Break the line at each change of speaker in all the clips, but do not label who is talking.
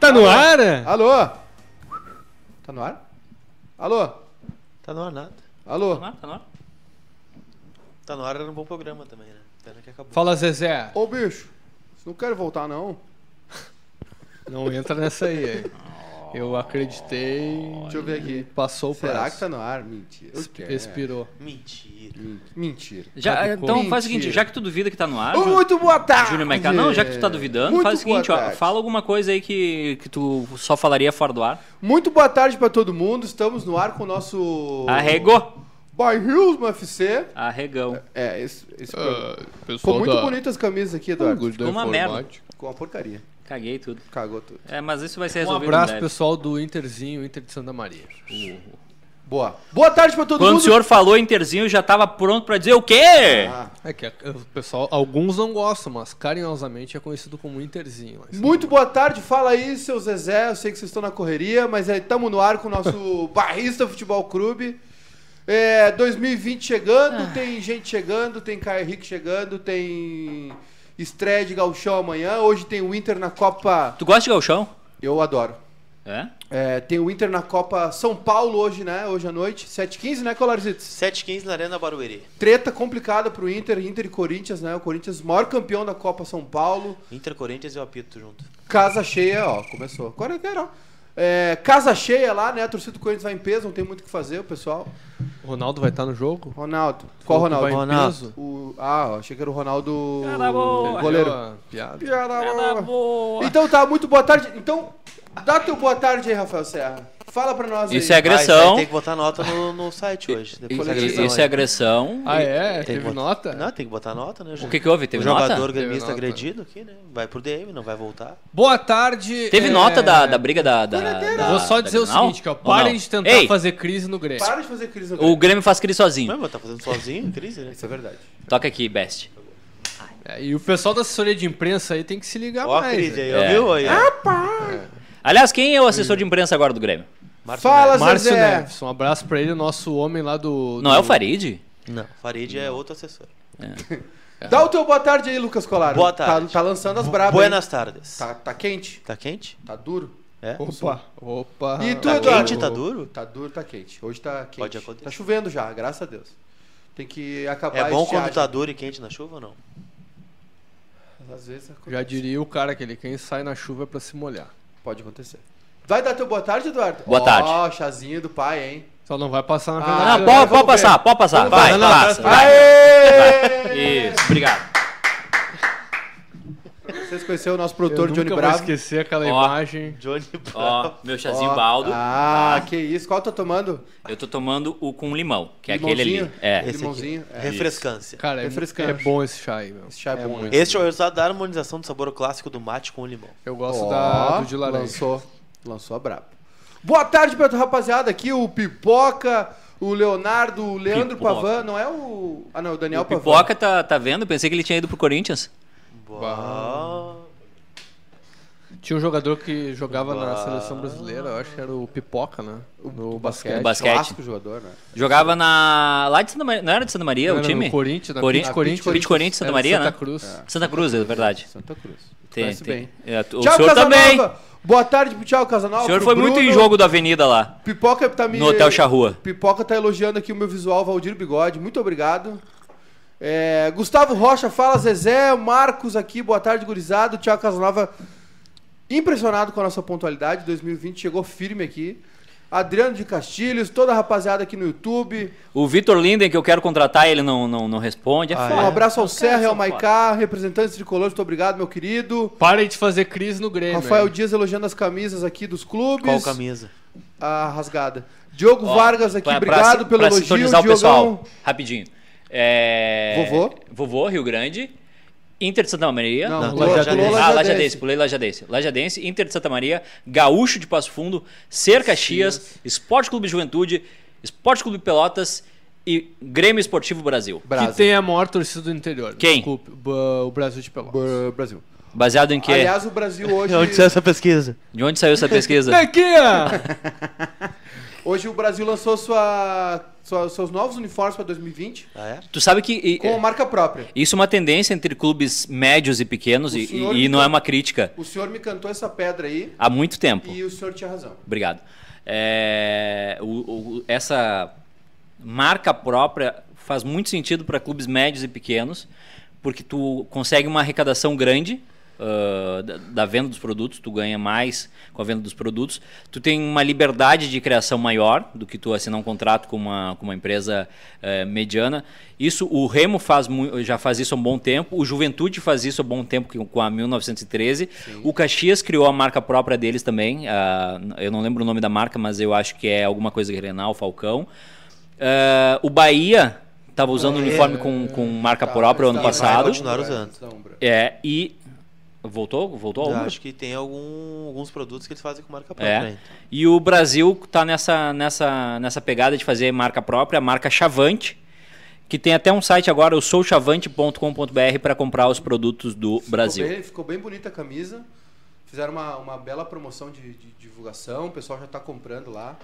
Tá no ar?
Alô? Tá no ar? Alô?
Tá no ar nada.
Alô?
Tá na hora?
Tá no ar era um bom programa também, né? Pena que acabou.
Fala, Zezé.
Ô, bicho, você não quer voltar, não?
Não entra nessa aí, aí. Eu acreditei.
Deixa eu ver aqui.
Passou o
Será
prazo.
que tá no ar? Mentira. Eu quero.
Expirou.
Mentira.
Min- Mentira.
Já,
Sabe
então
como?
faz o seguinte,
Mentira.
já que tu duvida que tá no ar,
Ô,
Ju-
muito boa tarde!
Júnior Maiká, não, já que tu tá duvidando,
Muito
faz o seguinte,
boa
ó,
tarde.
fala alguma coisa aí que, que tu só falaria fora do ar.
Muito boa tarde pra todo mundo. Estamos no ar com o nosso.
Arregou!
Bairrismo FC.
Arregão.
É, esse. esse programa.
Ah, pessoal
Ficou muito
da-
bonito as camisas aqui,
Tá
Eduardo.
Orgulho da um
Ficou uma merda.
informática.
Ficou uma porcaria.
Caguei tudo.
Cagou tudo.
É, mas isso vai ser
Um
resolvido em
abraço,
breve.
pessoal do Interzinho, Inter de Santa Maria.
Boa. Boa tarde pra todo
Quando o
mundo.
senhor falou Interzinho, eu já tava pronto pra dizer o quê?
Ah,
É que é, o pessoal, alguns não gostam, mas carinhosamente é conhecido como Interzinho. Mas-
Muito boa tarde, fala aí, seu Zezé. Eu sei que vocês estão na correria, mas estamos no ar com o nosso Barrista Futebol Clube. É, 2020 chegando, tem gente chegando, tem Caio Henrique chegando, tem estreia de Gauchão amanhã. Hoje tem o Inter na Copa.
Tu gosta de galchão?
Eu adoro.
É?
É, tem o Inter na Copa São Paulo hoje, né? Hoje à noite, 7h15, né, Colarzitos?
7h15 na Arena Barueri.
Treta complicada pro Inter, Inter e Corinthians, né? O Corinthians, maior campeão da Copa São Paulo.
Inter Corinthians e o apito junto.
Casa cheia, ó, começou. Agora era, ó. É, casa cheia lá, né? A torcida do Corinthians vai em peso, não tem muito o que fazer, o pessoal.
Ronaldo vai estar no jogo?
Ronaldo. Qual
Falou que
Ronaldo?
vai em
Ronaldo.
peso?
O, ah, ó, achei que era o Ronaldo.
Cara boa.
Goleiro.
Aquela Piada. Ah.
Piada boa.
boa.
Então tá, muito boa tarde. Então, dá teu boa tarde aí, Rafael Serra. Fala pra nós
Isso é
aí.
agressão.
tem que botar nota no, no site hoje. Depois da
Isso,
agressão
isso
aí.
é agressão.
Ah, é?
Tem
Teve
que botar-
nota?
Não, tem que botar nota, né?
O que que houve? Teve
o jogador
nota?
gremista
Teve nota.
agredido aqui, né? Vai pro DM, não vai voltar.
Boa tarde.
Teve
é,
nota da, da briga da. da- da-
Vou só
da
dizer o
Grenal?
seguinte, que ó,
Ou não?
parem de tentar
Ei,
fazer crise no Grêmio.
Para de fazer crise no
O
Grêmio.
Grêmio faz crise sozinho.
Não, mas tá fazendo sozinho, crise, né?
Isso é verdade.
Toca aqui, Best.
É, e o pessoal da assessoria de imprensa aí tem que se ligar
Ó a
mais.
crise aí,
né?
ó,
É.
viu? Aí, ó.
Aliás, quem é o assessor de imprensa agora do Grêmio?
Márcio
Fala,
Neves.
Márcio
Zezé.
Neves, um abraço pra ele, nosso homem lá do.
Não
do-
é o Farid?
Não, Farid é outro assessor.
Dá o teu boa tarde aí, Lucas Colar.
Boa tarde.
Tá, tá lançando as brabas. hein?
Buenas tardes.
Tá, tá quente?
Tá quente?
Tá duro?
É?
Opa. Opa.
E tu,
Tá
Eduardo?
quente, tá duro?
Tá duro, tá quente. Hoje tá quente.
Pode acontecer.
Tá chovendo já, graças a Deus. Tem que acabar
É
a
bom quando
estiagem.
tá duro e quente na chuva ou não?
Às vezes acontece.
Já diria o cara aquele, quem sai na chuva é pra se molhar.
Pode acontecer. Vai dar teu boa tarde, Eduardo?
Boa tarde.
Ó, chazinho do pai, hein?
Só não vai passar na
Ah,
frente da
Ah,
câmera.
pode,
vamos
pode passar,
ver.
pode passar.
Vamos um
Vai,
passar,
passa. vai.
Aê!
Isso, obrigado.
Vocês conheceram o nosso
Eu
produtor,
nunca
Johnny
vou
Bravo?
esquecer aquela
Ó.
imagem.
Johnny Bravo.
Ó, meu chazinho
Ó,
baldo.
Ah, que isso. Qual tá tomando?
Eu tô tomando o com limão, que é aquele
Limãozinho?
ali. É.
Esse aqui.
Limãozinho. É.
Refrescância.
Cara, é,
Refrescante.
é bom esse chá aí, meu.
Esse chá é, bom, né?
Este é o resultado da harmonização do sabor clássico do mate com o limão.
Eu gosto
Ó,
da, do de laranja.
Lançou, lançou a braba. Boa tarde pra tua rapaziada aqui, o Pipoca, o Leonardo, o Leandro
Pipoca.
Pavan, não é o... Ah, não, é o Daniel
O
Pavan.
Pipoca tá, tá vendo? Pensei que ele tinha ido pro Corinthians.
Boa.
Tinha um jogador que jogava na seleção brasileira, eu acho que era o Pipoca, né? No basquete.
No basquete.
Clássico jogador, né?
Jogava na. Lá de Santa Maria. Não era de Santa Maria
Não,
o
era
time?
no Corinthians, na
Cori-
Pitch Corinthians.
Pitch Corinthians, Santa
Era
Maria,
Santa
né?
Cruz.
Santa Cruz, é verdade.
Santa Cruz.
Tem,
Conhece
tem.
bem.
É, tu- o
Thiago
senhor
Casanova.
também.
Boa tarde pro Thiago Casanova.
O senhor
pro
foi muito
Bruno.
em jogo da Avenida lá.
Pipoca tá me...
No Hotel Charrua.
Pipoca tá elogiando aqui o meu visual, Valdir Bigode. Muito obrigado. É, Gustavo Rocha fala, Zezé, Marcos aqui, boa tarde, gurizado. Thiago Casanova, impressionado com a nossa pontualidade. 2020 chegou firme aqui. Adriano de Castilhos, toda a rapaziada aqui no YouTube.
O Vitor Linden, que eu quero contratar, ele não, não, não responde. É
Um
foda.
abraço ao Serra e ao
são foda.
Maiká, representantes tricolores, muito obrigado, meu querido.
Parem de fazer crise no Grêmio.
Rafael
hein?
Dias elogiando as camisas aqui dos clubes.
Qual camisa?
A rasgada. Diogo
Ó,
Vargas aqui,
pra- pra
obrigado
si-
pelo
pra
elogio.
sintonizar o
Diogão.
pessoal, rapidinho. É...
Vovô?
Vovô, Rio Grande. Inter de Santa Maria.
Não,
Não,
pulou-
Lajadense.
pulou
Ah,
Lajadense.
Lajadense, pulei Lajadense. Lajadense, Inter de Santa Maria, Gaúcho de Passo Fundo, Cerca Caxias, Esporte Clube Juventude, Esporte Clube Pelotas e Grêmio Esportivo Brasil.
Brasa.
Que tem a maior torcida do interior.
Quem?
Desculpe, ba- o Brasil de Pelotas.
Br- Brasil.
Baseado em quê?
Aliás, o Brasil hoje.
essa pesquisa?
De onde saiu essa pesquisa?
Daqui, ó!
Hoje o Brasil lançou sua, sua- seus novos uniformes para 2020
Ah, é?
Tu sabe que e-
com a marca própria.
isso é uma tendência entre clubes médios e pequenos
O
e,
senhor então-
e
me
não é
deu-
uma crítica
O senhor me cantou essa pedra aí
há muito tempo.
e o senhor tinha razão.
Obrigado. É, o- o- essa marca própria faz muito sentido para clubes médios e pequenos, porque tu consegue uma arrecadação grande ah, da, da venda dos produtos, tu ganha mais com a venda dos produtos, tu tem uma liberdade de criação maior do que tu assinar um contrato com uma, com uma empresa eh, mediana. Isso o Remo faz mui- já faz isso há um bom tempo, o Juventude faz isso há um bom tempo que- com a 1913, o Caxias criou a marca própria deles também, ah, eu não lembro o nome da marca, mas eu acho que é alguma coisa Grenal, Falcão. Ah, o Bahia estava usando o uniforme com, com marca própria o ano
Tá, tá,
passado.
tá,
Continuaram
tá,
usando.
tá, tá, tá, tá.
É, e. Voltou? Voltou
Eu
alguma?
acho que tem algum- alguns produtos que eles fazem com marca própria.
É.
né?
E o Brasil tá nessa, nessa, nessa pegada de fazer marca própria, a marca Chavante, que tem até um site agora, o souchavante.com.br, para comprar os produtos do Brasil.
Ficou bem, ficou bem bonita a camisa. Fizeram uma, uma bela promoção de, de divulgação, o pessoal já tá comprando lá.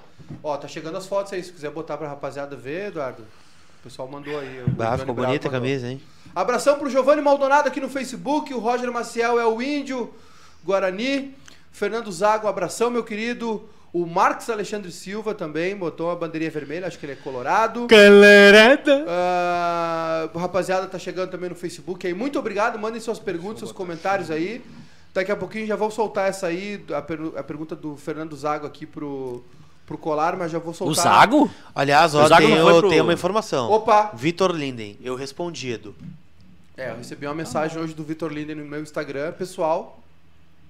Ó, tá chegando as fotos aí, se quiser botar pra rapaziada ver, Eduardo. O pessoal mandou aí. o
Bah,
Giovanni
Ah, ficou
Bravo
bonita a
mandou.
camisa, hein?
Abração pro Giovanni Maldonado aqui no Facebook, o Roger Maciel é o Índio, Guarani, Fernando Zago, abração, meu querido. O Marcos Alexandre Silva também botou uma bandeirinha vermelha, acho que ele é colorado.
Calarada!
Ah, rapaziada, tá chegando também no Facebook aí. Muito obrigado, mandem suas perguntas, seus comentários aí. Daqui a pouquinho já vou soltar essa aí, a, per- a pergunta do Fernando Zago aqui pro, pro Colar, mas já vou
O
soltar.
Zago?
Aliás,
O
ó,
Zago
tem,
não foi
eu-
pro-
tem uma informação.
Opa!
Vitor Linden, eu respondido.
É, eu recebi uma mensagem hoje do Vitor Linden no meu Instagram, pessoal.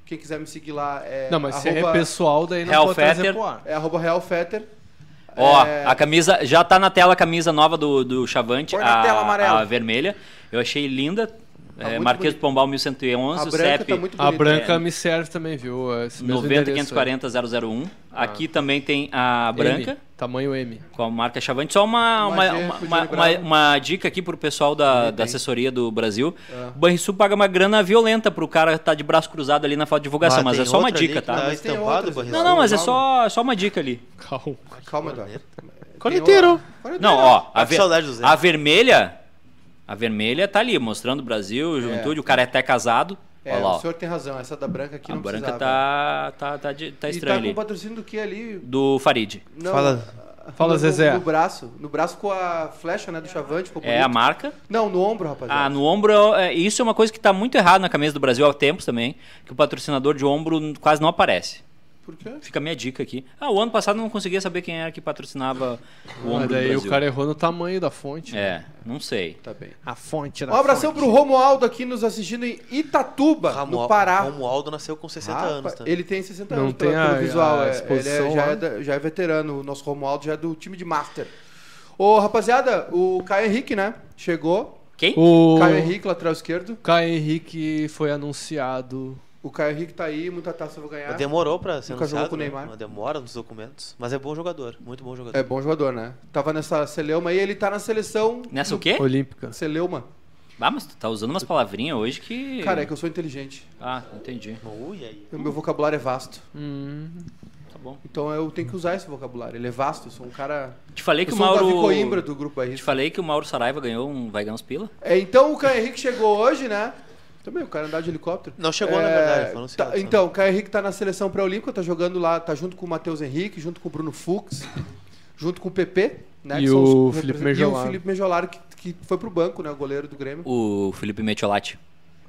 Quem quiser me seguir lá é.
Não, mas se é
arroba-
pessoal, daí não
Real
pode trazer
Fetter.
pro ar.
É arroba realfetter.
Ó,
É.
a camisa, já tá na tela a camisa nova do, do Chavante,
Põe na
a,
tela amarela. Tá
a vermelha. Eu achei linda. É,
muito
Marquês
bonita.
do Pombal
A
1111, o
branca
CEP
tá muito
A
bonita.
branca me serve também, viu? Esse mesmo endereço aí.
90540001.
Ah.
Aqui também tem a branca.
M, tamanho M.
com a marca Chavante. Só
Uma
uma, uma,
dica,
uma,
Fudir
uma-
Bravo.
uma- uma dica aqui pro pessoal da, da assessoria do Brasil.
Ah.
O Banrisul paga uma grana violenta pro cara tá de braço cruzado ali na foto de divulgação,
Ah,
mas é
tem
só uma
outra ali
dica,
que
tá?
Tá
Mas tem
estampado,
outras,
Não,
Barril.
não, mas é
Calma.
só, só uma dica ali.
Calma.
É, Calma, Eduardo.
Corneteiro.
Não, ó,
Ah,
a,
que
ver-
saudade do Zé.
a vermelha. A vermelha tá ali, mostrando o Brasil, juventude, o cara é até casado.
É,
Olha lá,
o
ó.
senhor tem razão. Essa da branca aqui
A
não
branca
precisava.
tá, tá, tá, de- tá
e tá
estranha
com
ali.
patrocínio do que ali?
Do Farid.
Não, ah,
Fala.
Fala,
no,
Zezé.
No, braço. No braço com a flecha, né, do Chavante. Ficou
É
bonito.
a marca.
Não, no ombro, rapaziada.
Ah, no ombro, é- isso é uma coisa que tá muito errada na camisa do Brasil há tempos também, que o patrocinador de ombro quase não aparece.
Por quê?
Fica a minha dica aqui. Ah, o ano passado eu não conseguia saber quem era que patrocinava o ombro
Mas
do
daí
Brasil.
o cara errou no tamanho da fonte.
É, não sei.
Tá bem.
A fonte da
Um abração
fonte.
pro Romualdo aqui nos assistindo em Itatuba, no
Ramo-
é Pará.
Romualdo nasceu com 60
Rapa-
anos, tá?
Ele tem 60
Não
anos
tem
pelo, pelo
a-
visual.
a
é. ele
exposição
é- já,
lá?
é da- já é veterano. O nosso Romualdo já é do time de Master. Ô, rapaziada, o Caio Henrique, né? Chegou.
Quem?
O
Caio Henrique, lateral esquerdo.
Caio Henrique foi anunciado.
O Caio Henrique tá aí, muita taça eu vou ganhar.
Mas Demorou pra ser
Nunca jogou
anunciado,
com o
né?
Neymar.
Uma demora nos documentos. Mas é bom jogador, muito bom jogador.
É bom jogador, né? Tava nessa celeuma e ele tá na seleção.
Nessa o quê?
Olímpica.
Celeuma.
Ah, mas tu tá usando umas palavrinhas hoje que...
Cara, é que eu sou inteligente.
Ah, entendi.
Ui, aí.
O meu vocabulário é vasto.
Hum.
Tá bom.
Então eu tenho que usar esse vocabulário. Ele é vasto, eu sou um cara.
Te falei
Eu
É que o
sou o Davi
Mauro...
Coimbra do grupo
Te
Barrista.
falei que o Mauro Saraiva ganhou um... vai ganhar uns pila?
É, então o Caio Henrique chegou hoje, né? Também, o cara andar de helicóptero.
Não chegou, na verdade, foi anunciado, né?
tá-
só.
então, o Caio Henrique tá na seleção pré-olímpica, tá jogando lá, tá junto com o Matheus Henrique, junto com o Bruno Fux, junto com o PP, né?
E
que são
o
os
Felipe
representantes- E o
Mejolaro.
Felipe Mejolaro, que, que foi pro banco, né? O goleiro do Grêmio.
O Felipe Metiolati.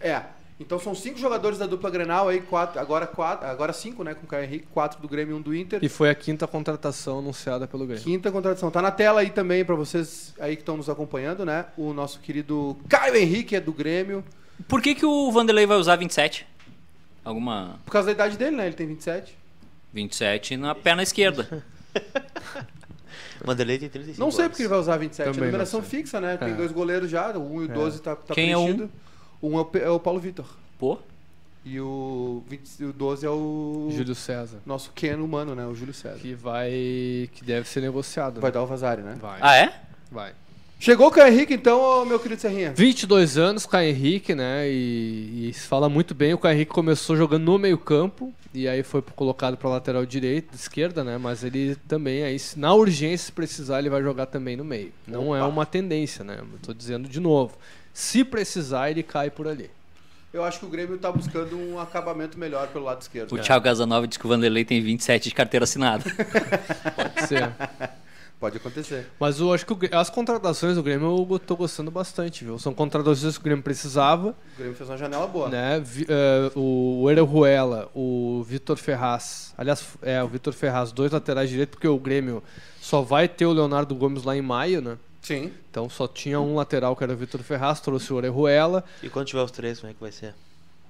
É. Então são cinco jogadores da dupla Grenal aí, quatro, agora, quatro, agora cinco, né? Com o Caio Henrique, quatro do Grêmio e um do Inter.
E foi a quinta contratação anunciada pelo Grêmio.
Quinta contradição. Tá na tela aí também pra vocês aí que estão nos acompanhando, né? O nosso querido Caio Henrique é do Grêmio.
Por que que o Vanderlei vai usar 27? Alguma...
Por causa da idade dele, né? Ele tem 27.
27 na perna esquerda.
Vanderlei tem 35
não sei
anos.
porque ele vai usar 27.
Também
é
não
numeração
sei.
fixa, né? Tem
É.
dois goleiros já, o 1 e o 12 tá, tá
Quem é um?
preenchido. Um é o, Pe- é o Paulo Vitor.
Pô,
E o, 20 e o 12 é o
Júlio César.
nosso Ken humano, né? O Júlio César.
Que vai. que deve ser negociado.
Vai
né?
dar o Vazari, né?
Vai.
ah é?
Vai.
Chegou o Caio Henrique, então, ô, meu querido Serrinha.
22 anos, Caio Henrique, né? E, e se fala muito bem. O Caio Henrique começou jogando no meio-campo. E aí foi colocado pra lateral direita, esquerda, né? Mas ele também, aí, se na urgência, se precisar, ele vai jogar também no meio. Não é uma tendência, né? Eu tô dizendo de novo. Se precisar, ele cai por ali.
Eu acho que o Grêmio tá buscando um acabamento melhor pelo lado esquerdo. É.
O Thiago Casanova diz que o Vanderlei tem 27 de carteira assinada.
Pode ser.
Pode acontecer.
Mas eu acho que o Grê- as contratações do Grêmio eu go- tô gostando bastante, viu? São contratações que o Grêmio precisava,
O Grêmio fez uma janela boa.
né? Vi- eh, o Orejuela, o Vitor Ferraz, aliás, é, o Vitor Ferraz, dois laterais direitos, porque o Grêmio só vai ter o Leonardo Gomes lá em maio, né?
Sim.
Então só tinha um lateral que era o Vitor Ferraz, trouxe o Orejuela.
E quando tiver os três, como é que vai ser?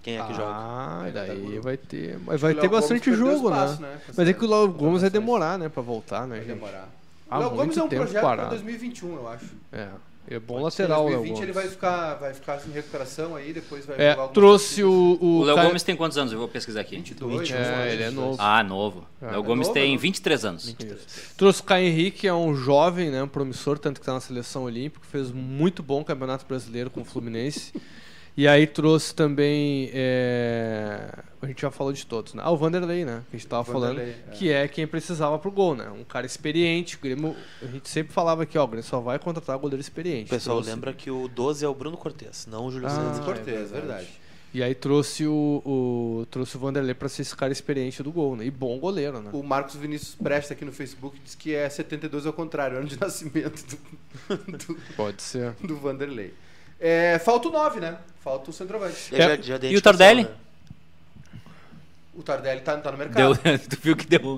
Quem é que joga?
Ah,
Aí tá
daí
bom.
vai ter, mas vai
O Léo
ter bastante
Gomes perdeu
jogo,
espaço,
né?
né, com
Mas é
essas
que o Léo Gomes vai
contratações.
demorar, né, pra voltar, né,
Vai
gente?
demorar.
Há
O Léo
muito
Gomes é um
tempo
projeto
parado.
pra 2021, eu acho.
É. É bom
Em
lateral, o Léo
2020
Gomes.
ele vai ficar, vai ficar assim, em recuperação aí, depois vai
É,
jogar algumas
trouxe o.
partidas.
O,
O Léo
Caio-
Gomes tem quantos anos? Eu vou pesquisar aqui.
22,
É, ele é novo.
Ah, novo.
É.
Léo Gomes
É novo, é
tem
novo.
23 anos.
Trouxe o Caio Henrique, é um jovem, né? Um promissor, tanto que tá na seleção olímpica, fez muito bom campeonato brasileiro com o Fluminense. E aí trouxe também. é, A gente já falou de todos, né? Ah, o Vanderlei, né? Que a gente tava falando.
Vanderlei, é.
Que é quem precisava pro gol, né? Um cara experiente. O Grêmio. A gente sempre falava aqui, ó, o Grêmio só vai contratar goleiro
O
experiente.
pessoal
Trouxe-
lembra que o 12 é o Bruno Cortez, não o Júlio
Ah,
César.
Cortez, Cortez, é verdade.
E aí trouxe o, o- Trouxe o Vanderlei pra ser esse cara experiente do gol, né? E bom goleiro, né?
O Marcos Vinícius Presta aqui no Facebook diz que é 72 ao contrário, ano de nascimento do, do,
Pode ser.
do Vanderlei. É, falta o 9, né? Falta o centroavante.
Eu
É,
já- já dei
e
a
o
indicação,
Tardelli?
né?
O Tardelli tá, tá no mercado.
Deu, tu viu que deu. um-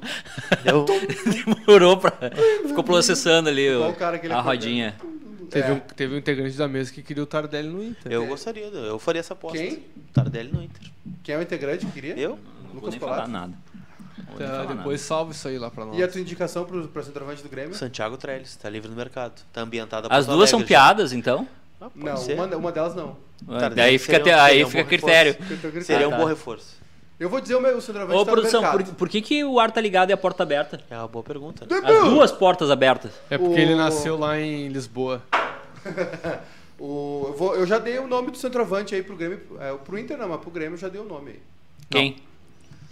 Deu-
Demorou pra. Ficou processando ali o-
Qual o cara que ele
a
acordou?
rodinha.
Teve,
É.
um, teve um integrante da mesa que queria o Tardelli no Inter.
Eu gostaria, eu faria essa aposta.
Quem?
Tardelli no Inter.
Quem é o integrante que queria?
Eu?
Não vou
Lucas
nem falar
Colato.
nada. Não vou nem
Tá,
falar
depois salva isso aí lá pra nós.
E a tua indicação pro, pro centroavante do Grêmio?
Santiago Trellis, tá livre no mercado. Tá ambientada
nada. As duas são piadas, então?
Ah,
não, uma, uma delas não.
Tardelli
Daí fica,
seria um-
até- aí
seria um
fica
bom
critério.
reforço.
Eu, tô gritando.
Seria
Ah,
um
tá.
bom reforço.
Eu vou dizer o meu o centroavante
Ô,
tá
produção,
no mercado.
por, por que, que o ar tá ligado e a porta tá aberta?
É uma boa pergunta. né?
As duas portas abertas.
É porque ele
O-
nasceu lá em Lisboa.
O- eu, vou- eu já dei o nome do centroavante aí pro Grêmio. É, pro Inter não, mas pro Grêmio eu já dei o nome aí.
Quem?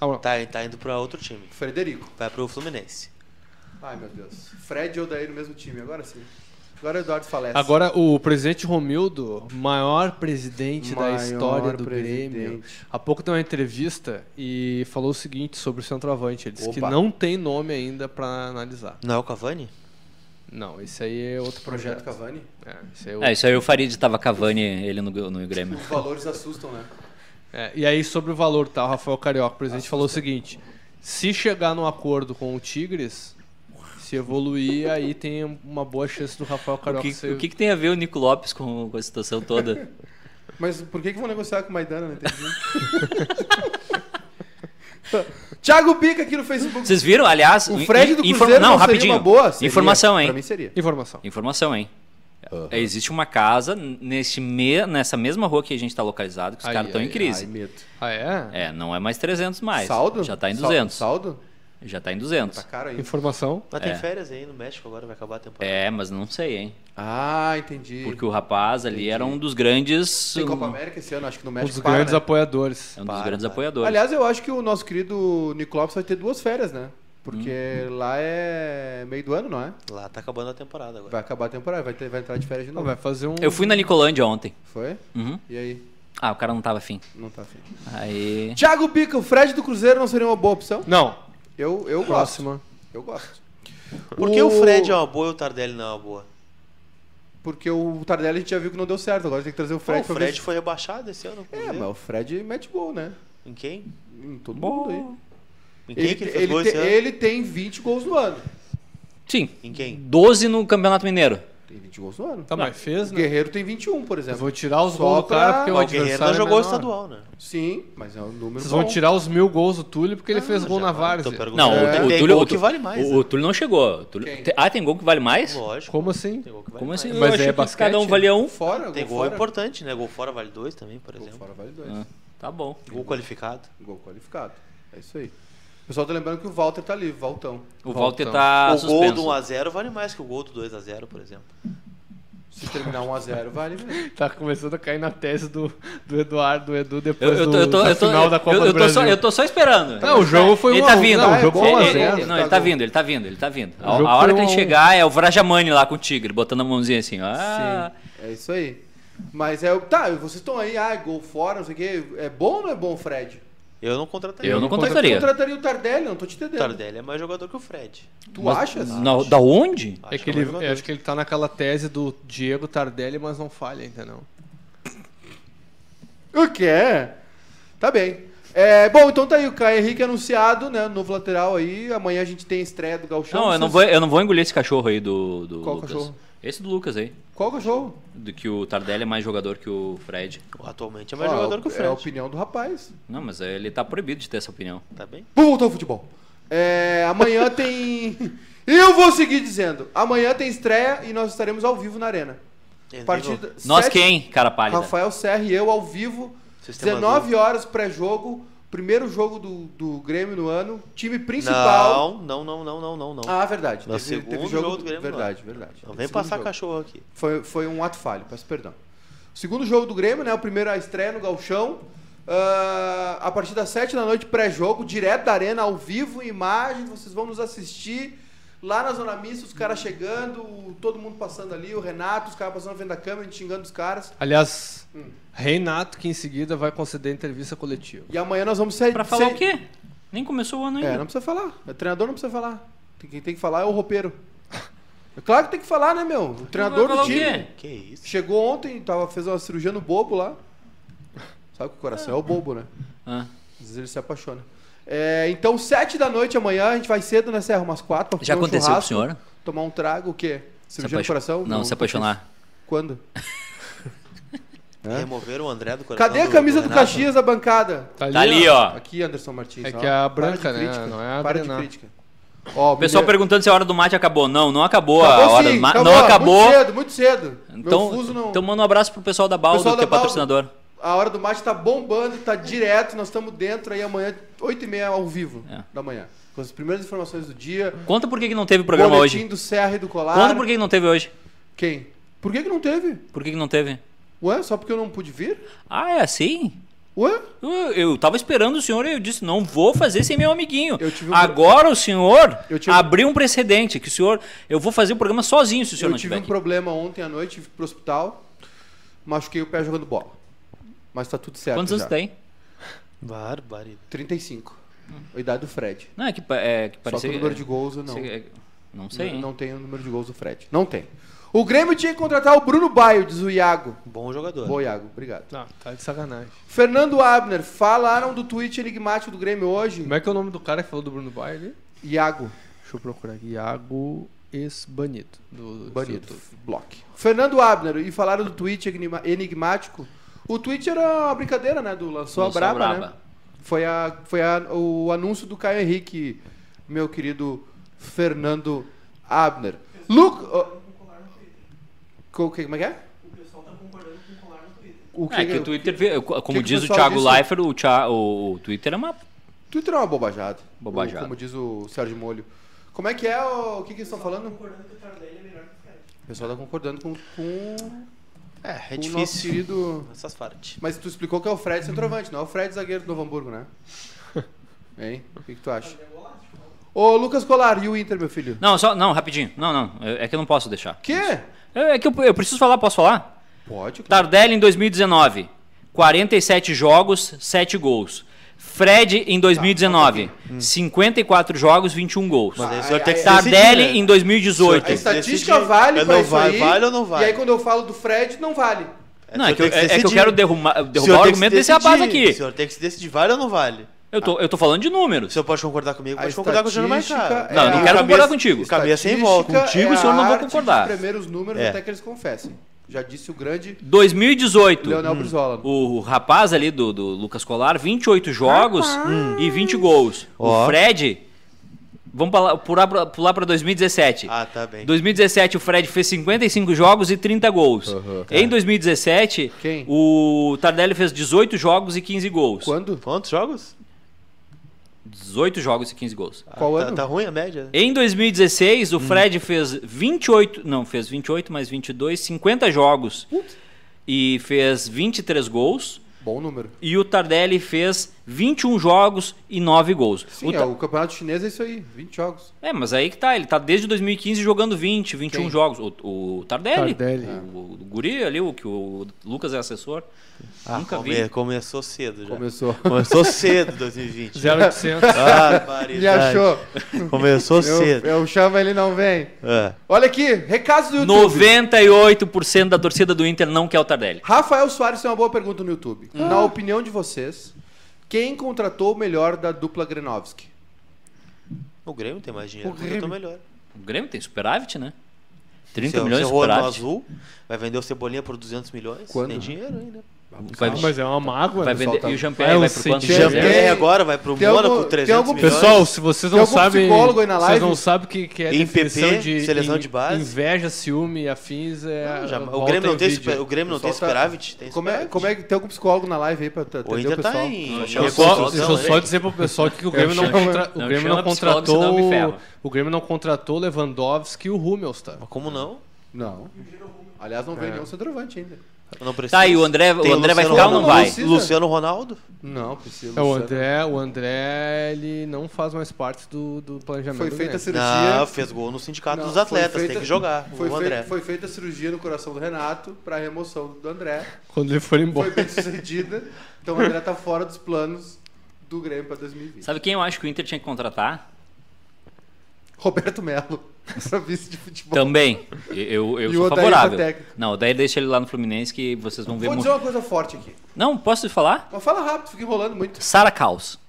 Ah, não.
Tá, tá indo pra outro time.
Frederico.
Vai pro Fluminense.
Ai, meu Deus. Fred e Odair no mesmo time, agora sim. Agora o Eduardo falece.
Agora, o presidente Romildo, maior presidente
Maior
da história do
presidente.
Grêmio, há pouco deu uma entrevista e falou o seguinte sobre o centroavante. Ele disse que
Opa.
não tem nome ainda pra analisar.
Não é o Cavani?
Não, esse aí é outro
Projeto
projeto.
Cavani.
É, esse aí é outro.
É, isso aí o Farid tava Cavani, ele no, no Grêmio.
Os valores assustam, né?
É, e aí, sobre o valor, tá? O Rafael Carioca, o presidente, falou o
é
seguinte: se chegar num acordo com o Tigres, se evoluir, aí tem uma boa chance do Rafael
O
Carioca
que,
ser.
o que que tem a ver o Nico Lopes com, com a situação toda?
Mas por que, que vão negociar com o Maidana? Não entendi. Thiago Pica aqui no Facebook.
Vocês viram, aliás...
O Fred do
in-
Cruzeiro não, seria uma boa? Seria.
Informação, hein?
Pra mim seria.
Informação.
Informação, hein? É, Existe uma casa neste me... nessa mesma rua que a gente está localizado que os
Ai,
caras estão
ai,
em crise.
medo.
Ah, é?
É, não é mais 300 mais.
Saldo?
Já tá em
Sal-
200.
Saldo?
Já tá em
Tá
200.
caro aí.
Informação. Um
Mas tem
É.
férias aí no México agora, vai acabar a temporada.
É, mas não sei, hein?
Ah, entendi.
Porque o rapaz ali era um dos grandes...
Tem Copa
um-
América esse ano, acho que no
Um
México.
dos
para,
grandes
né?
apoiadores.
É um dos
Para,
grandes
para.
apoiadores.
Aliás, eu acho que o nosso querido Nico Lopes vai ter duas férias, né?
Hum,
Porque lá é meio do ano, não é?
Lá tá acabando a temporada agora.
Vai acabar a temporada, vai, ter, vai entrar de férias de
Não,
novo.
vai fazer um.
Eu fui na Nicolândia ontem.
Foi?
Uhum.
E aí?
Ah, o cara não tava afim.
Não tá afim.
Aí...
Thiago Bica, o Fred do Cruzeiro não seria uma boa opção?
Não.
Eu, eu gosto.
Próxima.
Eu gosto.
Por que o Fred é uma boa e o Tardelli não é uma boa?
Porque o Tardelli a gente já viu que não deu certo, agora tem que trazer o Fred.
Pô, o
pra ver
Fred
se-
foi rebaixado esse ano.
É, mas o Fred mete gol, né?
Em quem?
Em todo mundo aí.
Bom...
Em quem
Ele,
que ele
te-
fez gol
ele, te-
esse ano?
ele tem 20 gols no ano.
Sim,
Em quem?
12 no Campeonato Mineiro.
Tem 20 gols no ano.
Tá, mas fez,
O
né?
Guerreiro tem 21, por
Eu
exemplo.
vou tirar os
Só
gols do cara
pra-
porque o
Mas o Guerreiro
adversário.
não
é
jogou o
menor.
estadual, né?
Sim, mas é um número
Vocês
bom.
vão tirar os mil gols do Túlio porque ele fez gol na
Ah, Tô
Várzea.
perguntando.
Não,
Tem-
o,
tem
o Túlio.
gol
o
que
Tú-
vale mais.
o-
né?
o Túlio não chegou. O Túlio-
Quem?
Te- Ah, tem gol que vale mais?
Lógico.
Como assim?
Tem gol que vale
Como
mais.
assim?
Mas
eu achei
é
que
basquete?
cada um valia um.
Fora,
Tem gol
gol fora.
importante, né? Gol fora vale dois também, por
Gol
exemplo.
fora vale dois.
Ah, tá bom.
Gol qualificado.
Gol qualificado. É isso aí. O pessoal tá lembrando que o Walter tá livre, Valtão.
O
Voltamos.
Walter tá
o gol um do
suspenso.
1x0 vale mais que o gol do 2x0, por exemplo.
Se terminar 1x0, vale mesmo.
Tá começando a cair na tese do, do Eduardo, do Edu,
Eu,
depois
eu tô,
do,
eu tô,
da
eu tô,
final da Copa
eu,
do
eu tô
Brasil.
só, eu tô só esperando.
Não, o jogo foi
ele
um
tá
a um.
vindo,
Não,
o
é
jogo
bom,
foi-
um a
ele-
zero,
ele- Não,
tá
ele tá
bom.
vindo, ele tá vindo, ele tá vindo. A,
O jogo
a hora que
foi
ele
um a um.
chegar é o Vrajamani lá com o Tigre, botando a mãozinha assim, ó. Ah,
Sim, é isso aí. Mas é. o- Tá, vocês estão aí, ah, gol fora, não sei o quê. É bom ou não é bom, Fred?
Eu não contrataria.
eu não
não
contrataria.
Contrataria o Tardelli, não tô te entendendo.
O Tardelli é mais jogador que o Fred.
Tu
Mas-
achas?
na- da onde?
É
Acho
que
é mais
ele,
jogador.
eu acho que ele tá naquela tese do Diego Tardelli, mas não falha, entendeu?
O que é? Tá bem. É, bom, então tá aí o Caio Henrique anunciado, né? Novo lateral aí. Amanhã a gente tem a estreia do Galchão.
Não, eu não, vou, eu não vou engolir esse cachorro aí do, do
Qual
Lucas.
cachorro?
Esse do Lucas aí.
Qual é cachorro?
Do que o Tardelli é mais jogador que o Fred.
Atualmente é mais
Ah,
jogador que o
É a
Fred.
opinião do rapaz.
Não, mas ele tá proibido de ter essa opinião.
Tá bem?
Vamos voltar ao futebol. É, amanhã tem. Eu vou seguir dizendo. Amanhã tem estreia e nós estaremos ao vivo na Arena.
Ele
Partida
Nós
sete-
quem, cara pálida?
Rafael Serra e eu ao vivo.
Sistema
19
azul.
horas pré-jogo. Primeiro jogo do, do Grêmio no ano. Time principal.
Não, não, não, não, não, não, não.
Ah, verdade.
No segundo jogo do Grêmio no
Verdade, verdade.
não
Teve
vem
segundo
passar
jogo.
cachorro aqui.
Foi, foi um ato falho, peço perdão. Segundo jogo do Grêmio, né? O primeiro a estreia no Galchão. Ah, a partir das 7 da noite, pré-jogo, direto da arena, ao vivo, em imagem. Vocês vão nos assistir lá na Zona Mista, os caras chegando, o- todo mundo passando ali, o Renato, os caras passando vendo a câmera, a gente xingando os caras.
Aliás, Renato, que em seguida vai conceder entrevista coletiva.
E amanhã nós vamos ser.
Pra falar
ser-
o quê? Nem começou o ano ainda.
É, não precisa falar. O treinador não precisa falar. Tem- Quem tem que falar é o roupeiro. É claro que tem que falar, né, meu? O treinador
falar
do
o
time.
quê?
Que isso?
Chegou ontem, tava, fez uma cirurgia no bobo lá. Sabe que o coração é o bobo, né?
Ah,
Às vezes ele se apaixona. É, então, sete da noite amanhã, a gente vai cedo, né, Serra? Umas quatro pra
Já
comer um
aconteceu com o
churrasco,
senhor?
Tomar um trago, o quê? Cirurgia no
apaixo-
coração?
Não, se apaixonar.
Quando?
Removeram o André do coração.
Cadê a camisa do,
Renato?
Caxias da bancada?
Tá ali, ó.
Aqui, Anderson Martins.
É
ó.
que é a
Para de
branca, né?
crítica,
Não é a
Para de
Grenal.
crítica. Ó,
O pessoal
primeiro-
perguntando se a hora do mate acabou. Não, não acabou, a
Acabou
hora
sim,
do mate.
acabou,
Não acabou.
Muito cedo, muito cedo.
Então,
Meu fuso não...
então manda um abraço pro pessoal da Baldo,
Pessoal
que é
da Baldo.
patrocinador.
A hora do mate tá bombando, tá direto, nós estamos dentro aí amanhã, 8h30 ao vivo
É.
da manhã. Com as primeiras informações do dia.
Conta por que, que não teve programa
boletim
hoje.
do Serra e do Colar.
Conta por que, que não teve hoje.
Quem? Por que, que não teve?
Por que, que não teve?
Ué, só porque eu não pude vir?
Ah, é assim?
Ué?
Eu, eu tava esperando o senhor e eu disse, não vou fazer sem meu amiguinho.
Eu tive um-
Agora o senhor
Eu tive-
abriu um precedente, que o senhor... Eu vou fazer o programa sozinho se o senhor
eu
não
tive
estiver
um
aqui.
problema ontem à noite, tive pro hospital, machuquei o pé jogando bola. Mas tá tudo certo
Quantos
já.
anos tem?
Bárbaro.
35. A idade do Fred.
Não, é que, pa- é, que
Só que
Hum. parecia...
o número de gols eu não.
é- Não sei, hein?
Não tem o número de gols do Fred. Não tem. O Grêmio tinha que contratar o Bruno Baio, diz o Iago.
Bom jogador.
Boa, Iago. Obrigado.
Não, tá de sacanagem.
Fernando Abner, falaram do tweet enigmático do Grêmio hoje?
Como é que é o nome do cara que falou do Bruno Baile?
Iago,
Deixa eu procurar aqui. Iago Esbanido. Do
banido,
do YouTube.
block. Fernando Abner, e falaram do tweet enigma- enigmático? O tweet era uma brincadeira, né? Do Lançou, a
Lançou a
Braba, né?
Braba.
Foi, a, foi a- o anúncio do Caio Henrique, meu querido Fernando Abner. Luke... oh. Co- que- Como é que é? O
É que o
O que,
Twitter, vê- como
que o
diz o
pessoal
Thiago
disse?
Leifert, o, Thia- o- o Twitter é uma.
Twitter é uma bobajada.
Bobajada.
O- Como diz o Sérgio Molho. Como é que é o, o que, que eles estão falando? O pessoal tá concordando com, com,
É, é
com o nosso
difícil.
querido.
Essas partes.
Mas tu explicou que é o Fred centroavante, não é o Fred zagueiro do Novo Hamburgo, né? Hein? O que, que tu acha? Ô, Lucas Colar, e o Inter, meu filho?
Não, só. Não, rapidinho. Não, não. É é que eu não posso deixar.
Quê?
É é que eu, eu preciso falar, posso falar?
Pode, cara.
Tardelli em 2019. 47 jogos, 7 gols. Fred em
Tá,
2019. 54 jogos, 21 gols.
Mas aí o
um Hum. Ai,
senhor tem que
ai,
se decidir,
Tardelli
né?
em
A
2018.
estatística
Decidi.
vale
Eu
pra
não
isso
vai-
aí.
vale ou não vale?
E aí quando eu falo do Fred, não vale.
Não, é
o
que,
senhor tem
eu,
se
é- é que eu
decidir.
quero derrubar,
O senhor
derrubar o
tem que se
argumento desse rapaz
decidir.
aqui.
O senhor tem que se decidir, vale ou não vale?
Eu tô, eu tô falando de
O
números.
senhor pode concordar comigo,
A
pode concordar com o Júnior mais
estatística
caro.
é
Não, eu não
a
quero concordar
cabeça-
contigo.
Cabeça sem volta.
Contigo,
é
o senhor não
a
vai
arte
concordar.
de Tremer os números
É.
até que eles confessem. Já disse o grande
2018.
Leonel
Hum.
Brizola.
O rapaz ali do, do Lucas Colar, 28 jogos e 20 gols.
Hum. Ó.
O Fred, vamos pala- pular pra- pular para 2017.
Ah, tá bem.
2017 o Fred fez 55 jogos e 30 gols. Em 2017,
Quem?
o Tardelli fez 18 jogos e 15 gols.
Quando?
Quantos jogos?
18 jogos e 15 gols.
Qual
tá,
ano?
tá ruim a média?
Em 2016,
Hum.
o Fred fez 28, não, fez 28 mais 22, 50 jogos e fez 23 gols.
Bom número.
E o Tardelli fez 21 jogos e 9 gols.
Sim,
O
é,
Ta-
o campeonato chinês é isso aí, 20 jogos.
É, mas aí que tá, ele tá desde 2015 jogando 20, 21
Quem?
jogos. O, o Tardelli,
Tardelli.
O, o guri ali, o que o Lucas é assessor. Nunca vi.
Come- começou cedo já.
Começou.
Começou cedo 2020.
0,800.
Barbaridade.
Ele achou.
Começou
Eu,
cedo.
eu chamo, ele não vem.
É.
Olha aqui, recados do YouTube.
98% da torcida do Inter não quer o Tardelli.
Rafael Soares tem uma boa pergunta no YouTube.
Hum.
Na opinião de vocês, quem contratou o melhor da dupla Grenovski?
O Grêmio tem mais dinheiro.
O
O Grêmio tá
Grêmio.
melhor.
O Grêmio tem superávit, né? 30
Seu-
milhões de
seu Juan no
superávit.
azul vai vender o Cebolinha por 200 milhões.
Quando?
Tem dinheiro ainda.
Vai,
Ah, mas é uma mágoa.
vai
né?
vender.
tá-
E o
Vai
Jean-Pierre vai
um
por quanto?
Tem-
Jean
centímetro.
Pierre agora vai pro
tem algum-
Mônaco
tem
300
algum-
milhões.
Pessoal, se vocês
Tem
não
algum
sabem,
psicólogo aí na
vocês
live?
não sabem o que, que é
Em
definição
PP,
de,
seleção
in-
de base?
inveja, ciúme e afins é
Não, já- o
volta
Grêmio
em
não tem,
vídeo.
super, o Grêmio não tem
Pessoal tá-
superávit? Tem
Como é,
superávit.
como é que tem algum psicólogo na live aí pra t-
O
atender o
Inter
pessoal?
tá em...
Não,
Eu
em
chama o
só-
reconstrução,
psicólogo,
deixa eu
né?
só dizer pro pessoal que o Grêmio não,
chama-
contra- o
não
Grêmio
chama
não
psicólogo, senão me
contratou
ferra.
o Grêmio não contratou Lewandowski e o Hummels, tá?
Mas Como não?
Não. Aliás,
É.
não vem nenhum centroavante ainda.
Eu Não precisa.
Tá, e o André,
Tem
o André vai
Luciano
ficar ou não
Ronaldo,
vai?
Luciano-
Luciano Ronaldo?
Não, precisa.
É, o
Luciano.
André, o André, ele não faz mais parte do, do planejamento.
Foi
do
feita a
Grêmio.
cirurgia.
Não, fez gol no sindicato
Não,
dos
foi
atletas,
feita-
tem que jogar.
Foi,
o
fei-
André.
foi feita a cirurgia no coração do Renato pra remoção do André.
Quando ele for
Foi
embora.
bem sucedida. Então o André tá fora dos planos do Grêmio pra 2020.
Sabe quem eu acho que o Inter tinha que contratar?
Roberto Melo, pra vice de futebol.
Também. Eu, eu
E o
sou
Odair
favorável.
pra técnico.
Não, daí deixa ele lá no Fluminense que vocês vão ver
Vou
muito.
dizer uma coisa forte aqui.
Não, posso te falar?
Mas fala rápido, fica enrolando muito.
Sara Caos.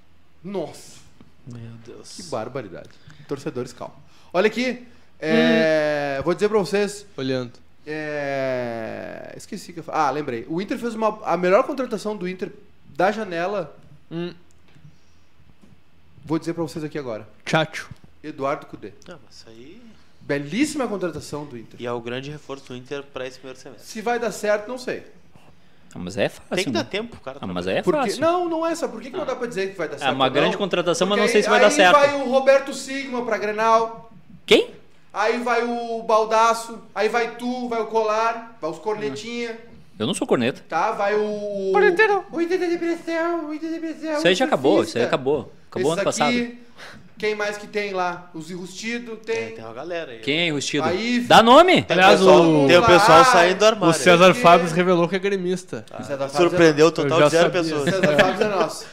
Nossa,
Meu
que
Deus.
barbaridade. Torcedores, calma. Olha aqui, é, vou dizer pra vocês.
Olhando.
é, esqueci que eu falei. Ah, lembrei. O Inter fez uma, a melhor contratação do Inter da janela.
Hum,
Vou dizer pra vocês aqui agora.
Chacho.
Eduardo Cudê.
Não, mas aí...
Belíssima contratação do Inter.
E é o grande reforço do Inter pra esse primeiro semestre.
Se vai dar certo, não sei.
Ah, mas é fácil.
Assim,
Tem que
né?
dar tempo, cara.
Ah, mas é
Porque,
fácil.
não, não é essa. Por que, que não dá pra dizer que vai dar certo?
é uma
ou
grande
não?
contratação, mas
Tá Porque
não sei se vai
aí-
dar certo.
Aí vai o Roberto Sigma pra Grenal.
Quem?
Aí vai o Baldaço. Aí vai tu, vai o Colar. Vai os Cornetinha.
Eu não sou corneta.
Tá? Vai o.
Corneteiro.
O Inter de depressão, o Inter de depressão.
Isso aí já
É o
acabou,
surfista.
isso aí acabou. Acabou ano
Esses
passado.
aqui, Quem mais que tem lá? Os Enrustidos,
É,
tem.
tem uma galera aí.
Quem é enrustido?
Aí- Tá-
Dá nome?
Tem
Aliás,
o pessoal,
o-
tem o pessoal
Ah,
saindo do
O
armário.
César
que-
Fábio revelou que é gremista.
O César Fábio
Surpreendeu o
Eu
total
já
de zero
sabia.
é
pessoas.
nosso. O César Fábio é nosso.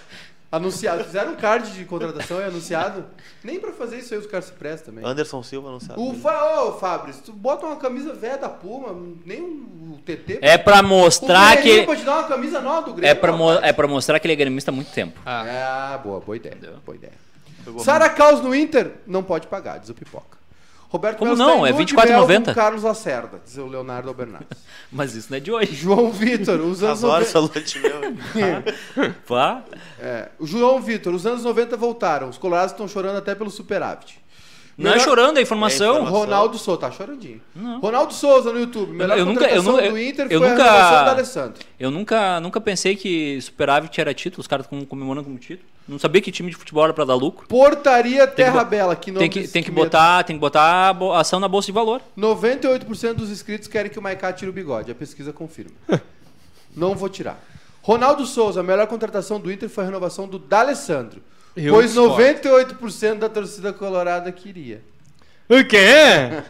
Anunciado. Fizeram um card de contratação e anunciado. Nem pra fazer isso aí os caras se prestam também.
Anderson Silva não sabe.
O Fa... Ô, Fabris, tu bota uma camisa velha da Puma, nem um TT.
É pra mostrar
o
que.
Guerrinha pode dar uma camisa nova do Grêmio.
É pra, mo-
é rapaz.
é pra mostrar que ele é gremista há muito tempo.
Ah, boa, boa ideia. Boa ideia.
Pegou
Sara Caos no Inter não pode pagar, diz o Pipoca. Roberto
Como
Melo
não?
está em
É
lua de
24,90.
mel com Carlos Lacerda, diz o Leonardo Albernaz.
Mas isso não é de hoje.
João Vitor, os anos
Agora
90...
essa noite meu.
Vá.
É, o João Vitor, os anos 90 voltaram. Os colorados estão chorando até pelo superávit.
Não é
Melhor-
chorando, é informação.
Ronaldo Souza, tá chorandinho. Ronaldo Souza no YouTube, melhor
Eu nunca- eu
contratação
nunca-
do Inter
eu
foi
nunca-
a renovação do Alessandro.
Eu nunca, nunca pensei que superávit era título, os caras estão comemorando como título. Não sabia que time de futebol era pra dar lucro.
Portaria Terra
bo-
Bela, que não
Tem que, tem que botar, tem que botar a bo- ação na bolsa de valor.
98% dos inscritos querem que o Maiká tire o bigode. A pesquisa confirma. não vou tirar. Ronaldo Souza, a melhor contratação do Inter foi a renovação do D'Alessandro.
Eu
pois
discordo.
98% da torcida colorada queria.
O quê?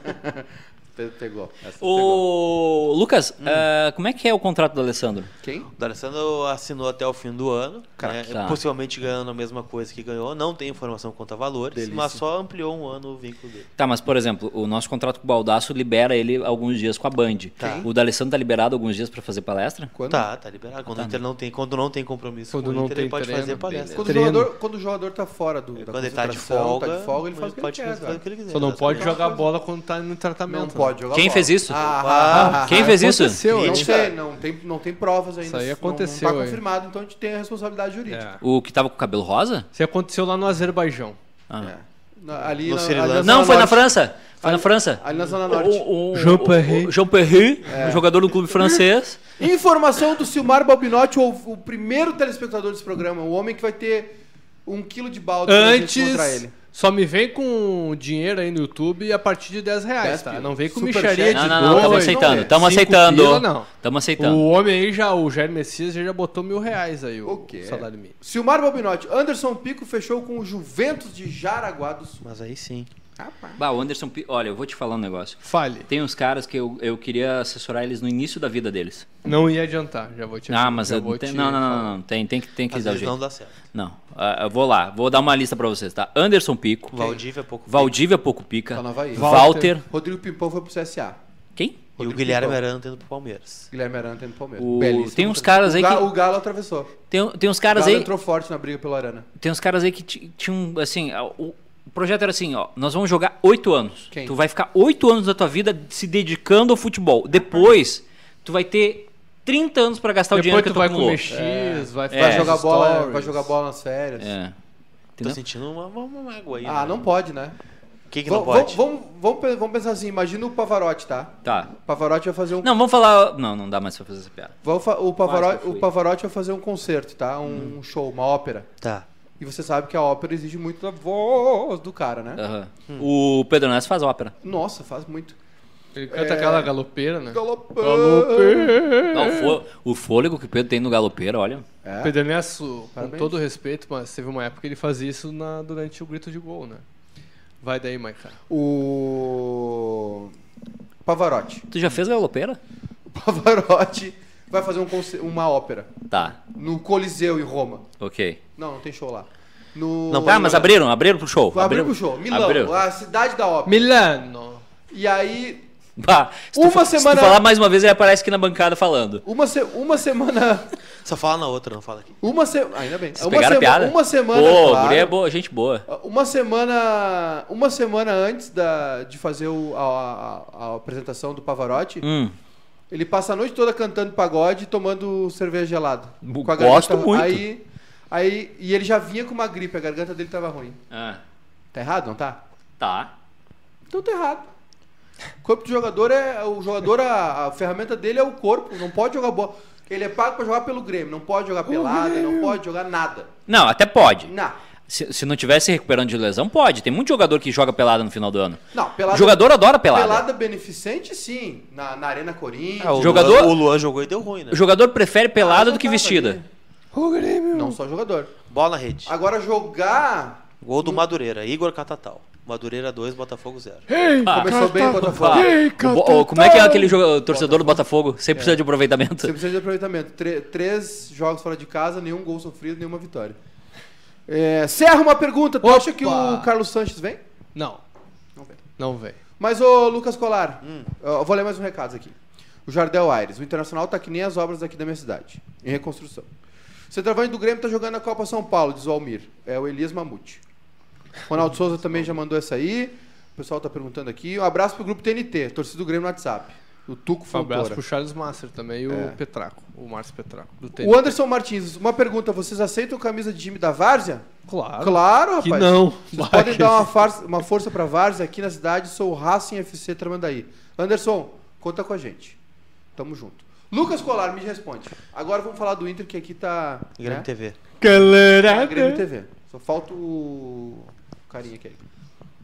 Pe- Pegou. Essa pegou. Hum.
Ô, Lucas, ah, como é que é o contrato do Alessandro?
Quem?
O D'Alessandro assinou até o fim do ano, né?
Tá.
possivelmente ganhando a mesma coisa que ganhou. Não tem informação quanto a valores,
Delícia.
mas só ampliou um ano o vínculo dele.
Tá, mas por exemplo, o nosso contrato com o Baldaço libera ele alguns dias com a Band.
Tá.
O D'Alessandro tá liberado alguns dias pra fazer palestra?
Quando?
Tá, tá liberado. Quando, o Inter não tem, quando não tem compromisso
né? Quando
com o
não
Inter,
tem
ele pode
treino,
fazer palestra.
Quando o,
Treino.
jogador, quando o jogador tá fora do, da
Quando ele tá de
concentração,
folga,
tá de folga, ele faz o que ele
pode
quer,
fazer o
cara.
que ele quiser.
Só não pode
exatamente.
jogar bola quando tá no tratamento.
é Não pode jogar
Quem
bola.
fez isso?
Ah,
Quem
ah,
fez isso?
aconteceu,
Não
hein?
sei, não tem, não tem provas ainda.
Isso aí
não-
aconteceu,
Não,
hein?
tá confirmado, então a gente tem a responsabilidade jurídica.
É.
O que tava com o cabelo rosa?
Isso aconteceu lá no Azerbaijão.
Ah.
É. Na- Ali,
No
na,
Sri
ali na
Lanka.
Não,
Zona
foi na
Norte.
França. Foi na França.
Ali na Zona Norte. É.
O- o-
Jean
o-
Perry.
o Jean Perry, um jogador do clube francês.
Informação do Silmar Balbinotti, o, o primeiro telespectador desse programa, o homem que vai ter um quilo de balde pra gente
Antes,
encontrar ele.
só me vem com dinheiro aí no YouTube a partir de 10 reais,
10
tá?
pila.
Não vem com
Super
micharia
chat.
de
Não, não, não, estamos
dois,
aceitando,
é.
estamos
Cinco
aceitando.
pila, não.
Estamos aceitando.
O homem aí já, o Jair Messias, já botou mil reais aí, o
O quê?
salário mínimo.
Silmar Bobinotti, Anderson Pico fechou com o Juventus de Jaraguá do Sul.
Mas aí sim.
Bah, o Anderson, Pi- olha, eu vou te falar um negócio.
Fale.
Tem uns caras que eu, eu queria assessorar eles no início da vida deles.
Não ia adiantar, já vou te
Ah, mas
já
eu-
vou
tem-
te
não, não,
falar.
não, não, não, tem, tem que, tem que
Às
dar o
vezes
jeito.
não dá certo.
Não, ah, eu vou lá, vou dar uma lista pra vocês, tá? Anderson Pico,
Valdívia é pouco.
Valdívia Pouco Pica,
Tá no Havaí.
Walter,
Rodrigo Pimpão foi pro Csa.
quem?
E o Guilherme Arana tendo pro Palmeiras.
Guilherme Arana tem no Palmeiras.
O-
Belíssimo.
tem uns caras aí
O Ga-
que-
O Galo atravessou.
Tem, tem uns
O
caras
Galo
aí,
entrou forte na briga pelo Arana.
tem uns caras aí que ti- tinham, assim, ah, o, o projeto era assim, ó, nós vamos jogar oito anos.
Quem?
Tu vai ficar oito anos da tua vida se dedicando ao futebol. Depois, tu vai ter 30 anos pra gastar Tá o
Depois
dinheiro que
tu
tu
vai
acumulou.
comer X, vai
Vai
É,
fazer
jogar bola,
stories.
vai jogar bola nas férias.
É.
Tô
Entendeu?
sentindo uma, uma, uma mágoa aí.
Ah,
né?
não pode, né?
Quem que
Vam-
não pode?
vam- Vamos, vamos pe- vamos pensar assim, imagina o Pavarotti, tá?
Tá.
O Pavarotti vai fazer um.
Não, vamos falar. Não, não dá mais pra fazer essa piada.
Vamos fa- O Pavarotti,
que eu fui. Uhum.
o Pavarotti vai fazer um concerto, tá? Um show, uma ópera.
Tá.
E você sabe que a ópera exige muito da voz do cara, né?
Aham. O Pedro Ness faz ópera.
Nossa, faz muito.
Ele
É.
canta aquela galopeira,
É.
né?
Galopão.
Não, o, fô- o fôlego que o Pedro tem no galopeiro, olha.
É.
Pedro Nesso, com
Parabéns.
todo respeito, mas teve uma época que ele fazia isso na- durante o grito de gol, né? Vai daí, Maica.
O Pavarotti.
Tu já fez galopeira?
O Pavarotti vai fazer um conce- uma ópera
Tá,
no Coliseu em Roma.
ok.
Não, não tem show lá. No...
Não,
Ah, mas abriram, abriram pro show.
Abriu pro show. Milão,
Abriu.
a cidade da ópera.
Milano!
E aí,
Bah, se tu
Uma
fa- Se
semana-
tu falar mais uma vez, ele aparece aqui na bancada falando.
uma, se- uma semana.
Só fala na outra, não fala aqui.
Uma semana. Ainda bem.
Vocês
É uma,
pegaram
sema-
a piada?
uma semana.
Pô,
claro.
guria é boa, gente boa.
Uma semana. Uma semana antes da, de fazer o- a, a- a apresentação do Pavarotti,
Hum,
ele passa a noite toda cantando pagode e tomando cerveja gelada.
Bu-
a garganta-
gosto muito.
Aí, aí, e ele já vinha com uma gripe, a garganta dele tava ruim.
ah,
Tá errado, não tá?
tá.
Então tá errado. O corpo do jogador é. O jogador, a, a ferramenta dele é o corpo. Não pode jogar bola. Ele é pago pra jogar pelo Grêmio. Não pode jogar pelada, não pode jogar nada.
Não, até pode.
Não.
Se, se não tivesse recuperando de lesão, pode. Tem muito jogador que joga pelada no final do ano.
Não, pelada.
Jogador adora pelada.
pelada beneficente, sim. Na, na Arena Corinthians.
o
Jogador-
Luan, o Luan jogou e deu ruim, né?
O jogador prefere pelada
Ah,
do que
não tava
vestida.
ali. Não só jogador.
Bola na rede.
Agora jogar.
Gol do Madureira, Igor Catatal. Madureira 2, Botafogo 0.
É?
Ah,
Começou bem o Botafogo.
Ah, o Bo- o- como é que é aquele jogo- o torcedor do Botafogo?
É.
100% de
Você
aproveitamento.
precisa de aproveitamento. Tre- três jogos fora de casa, nenhum gol sofrido, nenhuma vitória. É, Serra, uma pergunta. Tu
Opa!
acha que o Carlos Sanches vem?
Não.
Não vem.
Não vem.
Mas, ô Lucas Colar, eu vou ler mais um recado aqui. O Jardel Aires. O Internacional tá que nem as obras aqui da minha cidade, em reconstrução. O centroavante do Grêmio tá jogando a Copa São Paulo, diz o Almir. É o Elias Mamute. Ronaldo Souza também já mandou essa aí. O pessoal tá perguntando aqui. Um abraço pro grupo TNT, torcida do Grêmio no WhatsApp. O Tuco
Um abraço
Fontoura.
pro Charles Master também e
É.
o Petraco, o Márcio Petraco, do TNT.
O Anderson Martins, uma pergunta. Vocês aceitam camisa de time da Várzea?
Claro.
Claro, rapaz.
Que não.
Vocês podem dar uma, farsa- uma força pra Várzea aqui na cidade. Sou o Racing FC Tramandaí. Anderson, conta com a gente. Tamo junto. Lucas Colar, me responde. Agora vamos falar do Inter, que aqui tá.
Grêmio
né?
TV.
Tá Grêmio
Calorada.
TV. Só falta o. o Carinha aqui.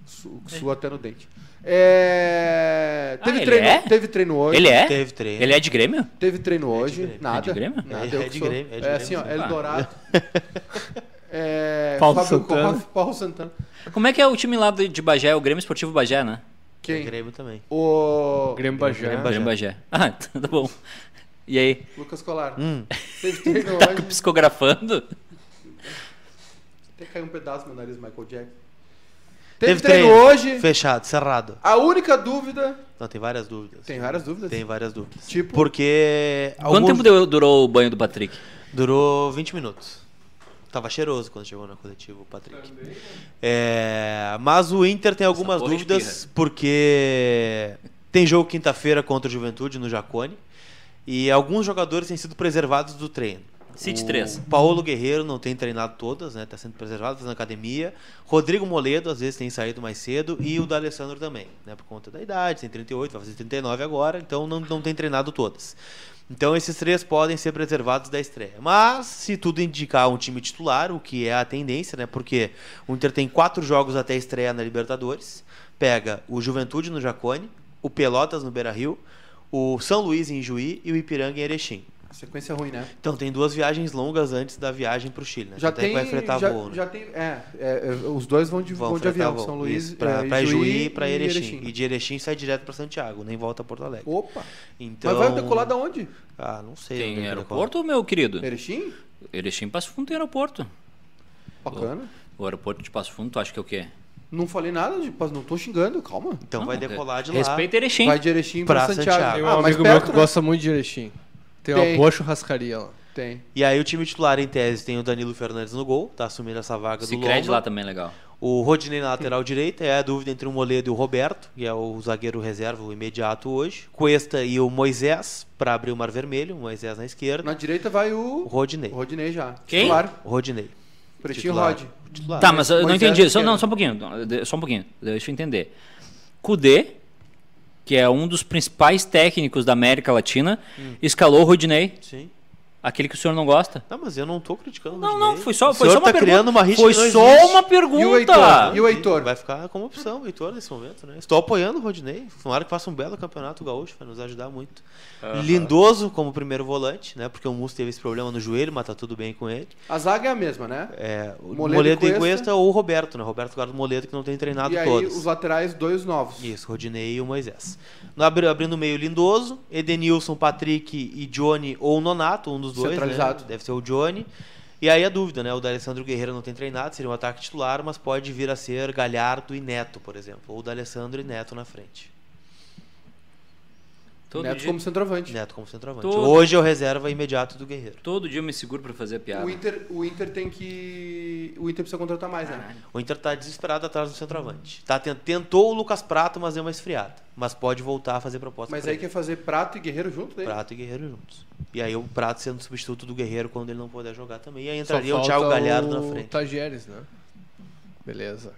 Su, sua até no dente. É...
Ah,
Teve,
ele
treino,
é?
teve treino hoje.
Ele é?
Teve treino.
Ele é de Grêmio?
Teve treino hoje.
Grêmio.
Nada.
É de Grêmio?
Nada,
É,
eu
é
que
de
sou-
Grêmio, Ah. é de
É assim, ó.
Grêmio,
sim.
Eldorado. É,
Paulo
Fábio
Santana.
Koff, Paulo Santana.
Como é que é o time lá do- de Bagé? O Grêmio Esportivo Bagé, né?
Tem
Quem?
Grêmio também.
O
Grêmio Bajé.
Grêmio
Grêmio Bagé. Ah, tá bom. E aí?
Lucas Colar.
Hum.
Teve treino
Tá
hoje.
psicografando?
Até caiu um pedaço no meu nariz, Michael Jack.
Teve
Teve, treino,
treino.
hoje.
Fechado, cerrado.
A única dúvida.
Não, tem várias dúvidas.
Tem várias dúvidas.
Tem várias dúvidas.
Tipo-
Porque.
Quanto tempo deu- durou o banho do Patrick?
Durou 20 minutos. Tava cheiroso quando chegou na coletiva o Patrick. É, mas o Inter tem algumas
porra de
dúvidas, porque tem jogo quinta-feira contra o Juventude no Jacone. E alguns jogadores têm sido preservados do treino.
Cite
o
três.
Paulo Guerreiro não tem treinado todas, né? Tá sendo preservado, fazendo academia. Rodrigo Moledo, às vezes, tem saído mais cedo. E o D'Alessandro também, né? Por conta da idade, tem 38, vai fazer 39 agora, então não, não tem treinado todas. Então esses três podem ser preservados da estreia. Mas se tudo indicar um time titular, o que é a tendência, né? Porque o Inter tem quatro jogos até a estreia na Libertadores. Pega o Juventude no Jacone, o Pelotas no Beira-Rio, o São Luís em Juí e o Ipiranga em Erechim.
Sequência ruim, né?
Então tem duas viagens longas antes da viagem para o Chile, né?
Já
Até que
tem,
vai enfrentar
já,
voo, né?
já tem, é, é, é, os dois vão de, vão de
enfrentar
avião, São Luís,
Isso, pra,
é,
pra Juí e
e
pra Erechim. E de Erechim sai direto para Santiago, nem volta a Porto Alegre.
Opa,
Então,
mas vai decolar da onde?
Ah, não sei. onde
Tem
vai decolar.
aeroporto, meu querido?
Erechim?
Erechim Passo Fundo tem aeroporto.
Bacana.
O aeroporto de Passo Fundo, tu acha que é o quê?
Não falei nada, de- mas não tô xingando, calma.
Então
Não,
vai
não,
decolar de lá.
Respeita Erechim.
Vai de Erechim pra,
Pra
Santiago.
Santiago.
Tem um
Ah, mas
amigo meu
perto,
que
né?
gosta muito de Erechim. Tem,
Tem.
uma boa churrascaria lá.
né? Tem.
E aí o time titular em tese tem o Danilo Fernandes no gol, tá assumindo essa vaga
Se
do
crede
Lomba.
lá também é legal.
O Rodinei na lateral direita, é a dúvida entre o Moledo e o Roberto, que é o zagueiro reserva, o imediato hoje. Cuesta e o Moisés, para abrir o Mar Vermelho, o Moisés na esquerda.
Na direita vai
O
o,
Rodinei.
o Rodinei já.
Quem?
Titular.
O Rodinei.
Pretinho
Titular.
Rod.
Titular.
Tá, mas eu não
é,
Moisés
entendi. Só,
esquerda.
não, só um pouquinho. Só um pouquinho. Deixa eu entender. Kudê, que é um dos principais técnicos da América Latina,
Hum.
escalou o Rodinei,
Sim.
aquele que o senhor não gosta.
Não, mas eu não tô criticando o
Não,
Rodinei.
não, foi só,
o
foi
senhor
só uma
tá
pergunta.
criando uma rixa
foi
que não
só
existe.
E
uma
o Heitor?
pergunta.
E o Heitor?
Vai ficar como opção, o Heitor, nesse momento, né? Estou apoiando o Rodinei. Tomara que faça um belo campeonato gaúcho, vai nos ajudar muito. Lindoso como primeiro volante, né? Porque o Musso teve esse problema no joelho, mas tá tudo bem com ele.
A zaga é a mesma, né?
É, o
Moledo e
Moledo, e
Cuesta.
Cuesta ou o Roberto, né? Roberto guarda o Moledo que não tem treinado
e aí
todos.
os laterais, dois novos.
Isso, Rodinei e o Moisés. No abri- Abrindo o meio, Lindoso, Edenilson, Patrick e Johnny ou Nonato, um dos dois,
Centralizado.
né? Deve ser o Johnny. E aí a dúvida, né? O D'Alessandro Guerreiro não tem treinado, seria um ataque titular, mas pode vir a ser Galhardo e Neto, por exemplo. Ou D'Alessandro e Neto na frente.
Todo
Neto
dia-
como centroavante.
Neto como centroavante.
Todo-
Hoje é o reserva imediato do Guerreiro.
Todo dia eu me seguro pra fazer a piada.
O Inter, o Inter tem que. O Inter precisa contratar mais, né?
O Inter tá desesperado atrás do centroavante. Tá, ten- tentou o Lucas Prato, mas deu uma esfriada. Mas pode voltar a fazer proposta
Mas
pra
aí
ele.
quer fazer Prato e Guerreiro junto, né?
Prato e Guerreiro juntos. E aí o Prato sendo substituto do Guerreiro quando ele não puder jogar também. E aí
Só
entraria o
falta
Thiago Galhardo
o
na frente.
Tajeres, né? Beleza.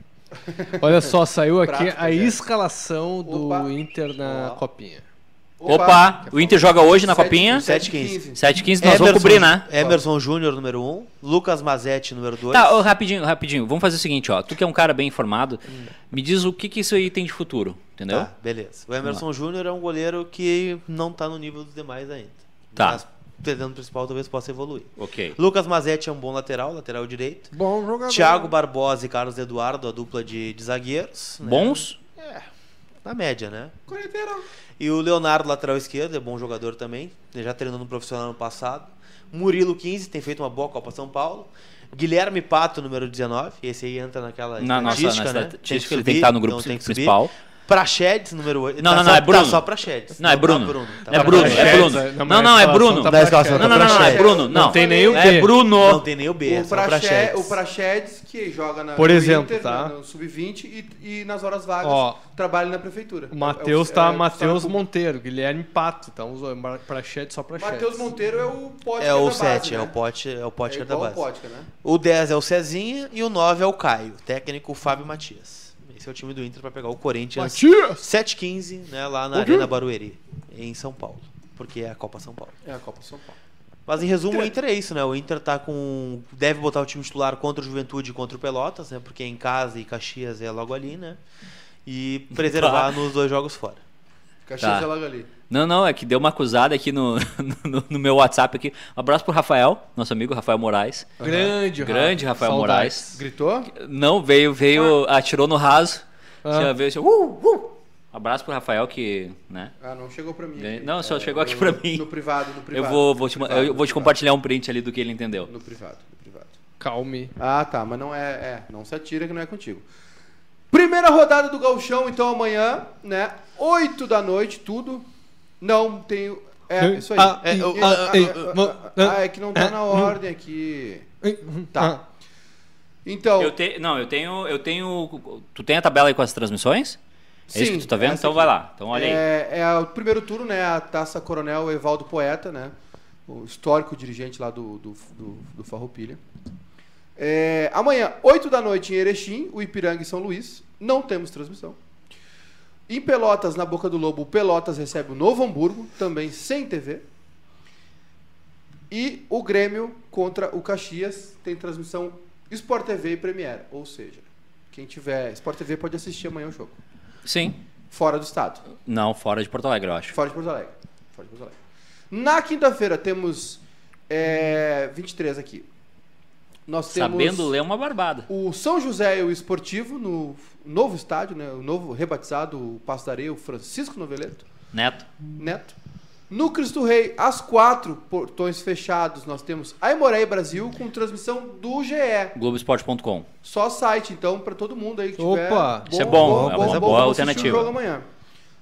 Olha só, saiu aqui
Prato,
a
Tajeres.
escalação do
Opa.
Inter na
Ó.
copinha.
Opa, o Inter joga hoje na
Sete-
copinha.
sete-
7h15.
7h15, nós vamos cobrir, né?
Emerson Júnior, número 1. Um. Lucas Mazetti, número 2.
Tá, ó, rapidinho, rapidinho. Vamos fazer o seguinte, ó. Tu que é um cara bem informado, me diz o que, que isso aí tem de futuro, entendeu?
Tá. beleza. O Emerson Júnior é um goleiro que não tá no nível dos demais ainda.
Tá.
Mas pretendendo principal talvez possa evoluir.
Ok.
Lucas Mazetti é um bom lateral, lateral direito.
Bom né? jogador.
Thiago Barbosa e Carlos Eduardo, a dupla de, de zagueiros. né?
Bons?
Na média, né?
Corneteiro.
E o Leonardo, lateral esquerdo, é bom jogador também. Ele já treinou no profissional no passado. Murilo, 15, tem feito uma boa Copa São Paulo. Guilherme Pato, número 19. Esse aí entra naquela
Na nossa
estatística,
na
né?
estatística,
que
ele tem que
subir,
estar no grupo
então tem que subir.
principal.
Praxedes, número 8.
Não,
tá
não,
só,
não, é Bruno.
Tá só Praxedes.
Não, é Bruno.
Tá
É
só
Bruno,
Praxedes.
é Bruno.
Não,
Não, não, é
escalação
Bruno.
tá
Não é escalação,
pra
Não, não, não, não, é
Praxedes.
Bruno. Não,
Não tem nem o
É
B.
Não
Bruno.
tem nem o B, é
O
só
Praxé-
Praxedes.
o Praxedes, que joga na,
Por
no
exemplo,
Inter,
tá?
na- no Sub-20 e, e nas horas vagas
Ó.
trabalha na prefeitura.
O Matheus tá
é o
Matheus
Gustavo-
Monteiro, Guilherme Pato, então os Prachete só Prachete.
Matheus Monteiro é o pote
É o
da base,
7, é
né?
o pote, é o pote
é
da
igual o
base.
Potker, né?
O 10 é o Cezinha e o 9 é o Caio, técnico Fábio Matias. Esse é o time do Inter para pegar o Corinthians
Matias!
7h15, né, lá
Uhum.
na
O quê?
Arena Barueri, em São Paulo. Porque é a Copa São Paulo.
É a Copa São Paulo.
Mas em resumo, o Inter é isso, né? O Inter tá com. Deve botar o time titular contra o Juventude e contra o Pelotas, né? Porque em casa e Caxias é logo ali, né? E
Tá.
preservar nos dois jogos fora.
Caxias
Tá.
é logo ali.
Não, não, é que deu uma acusada aqui no, no, no meu WhatsApp aqui. Um abraço pro Rafael, nosso amigo Rafael Moraes.
Grande,
Grande Rafael
Saudades.
Gritou?
Não, veio, veio, atirou no raso.
Ah.
Já veio assim, uh, uh. Abraço pro Rafael que, né?
Ah, não chegou pra mim.
Ganhei-
aqui.
não, só chegou aqui
no-
pra mim.
No privado, no
Eu
privado.
vou, vou te, ma-
Privado,
eu vou te
privado.
compartilhar um print ali do que ele entendeu.
No privado, no privado.
Calme.
Ah, tá, mas não é, é, não se atira que não é contigo. Primeira rodada do Gauchão, então amanhã, né? 8 da noite, tudo. Não, tem é isso aí.
Ah,
É,
e-
eu-
ah,
ah,
e-
ah, ah,
ah,
ah, é que não tá na ordem aqui. Tá.
Tá.
Então,
Eu te, não, eu tenho, eu tenho. Tu tem a tabela aí com as transmissões? é isso
Sim,
que tu tá vendo?
essa
Então
aqui.
vai lá. Então olha aí.
é, é o primeiro turno, né? A Taça Coronel Evaldo Poeta, né? O histórico dirigente lá do, do, do, do Farroupilha. É, amanhã, 8 da noite em Erechim, o Ipiranga e São Luís. Não temos transmissão. Em Pelotas, na Boca do Lobo, o Pelotas recebe o Novo Hamburgo, também sem TV. E o Grêmio contra o Caxias tem transmissão Sport TV e Premiere. Ou seja, quem tiver Sport TV pode assistir amanhã o jogo.
Sim.
Fora do estado.
Não, fora de Porto Alegre, eu acho.
Fora de Porto Alegre. Fora de Porto Alegre. Na quinta-feira temos é, 23 aqui. Nós temos
Sabendo ler é uma barbada.
o São José e o Esportivo no novo estádio, né? o novo rebatizado, o Passo da Areia, o Francisco Noveleto
Neto.
Neto. No Cristo Rei, às quatro portões fechados, nós temos Aimoré e Brasil com transmissão do GE.
Globoesporte.com.
Só site, então, pra todo mundo aí que tiver.
Opa!
Isso é bom, é uma boa
vamos assistir
alternativa.
O jogo amanhã.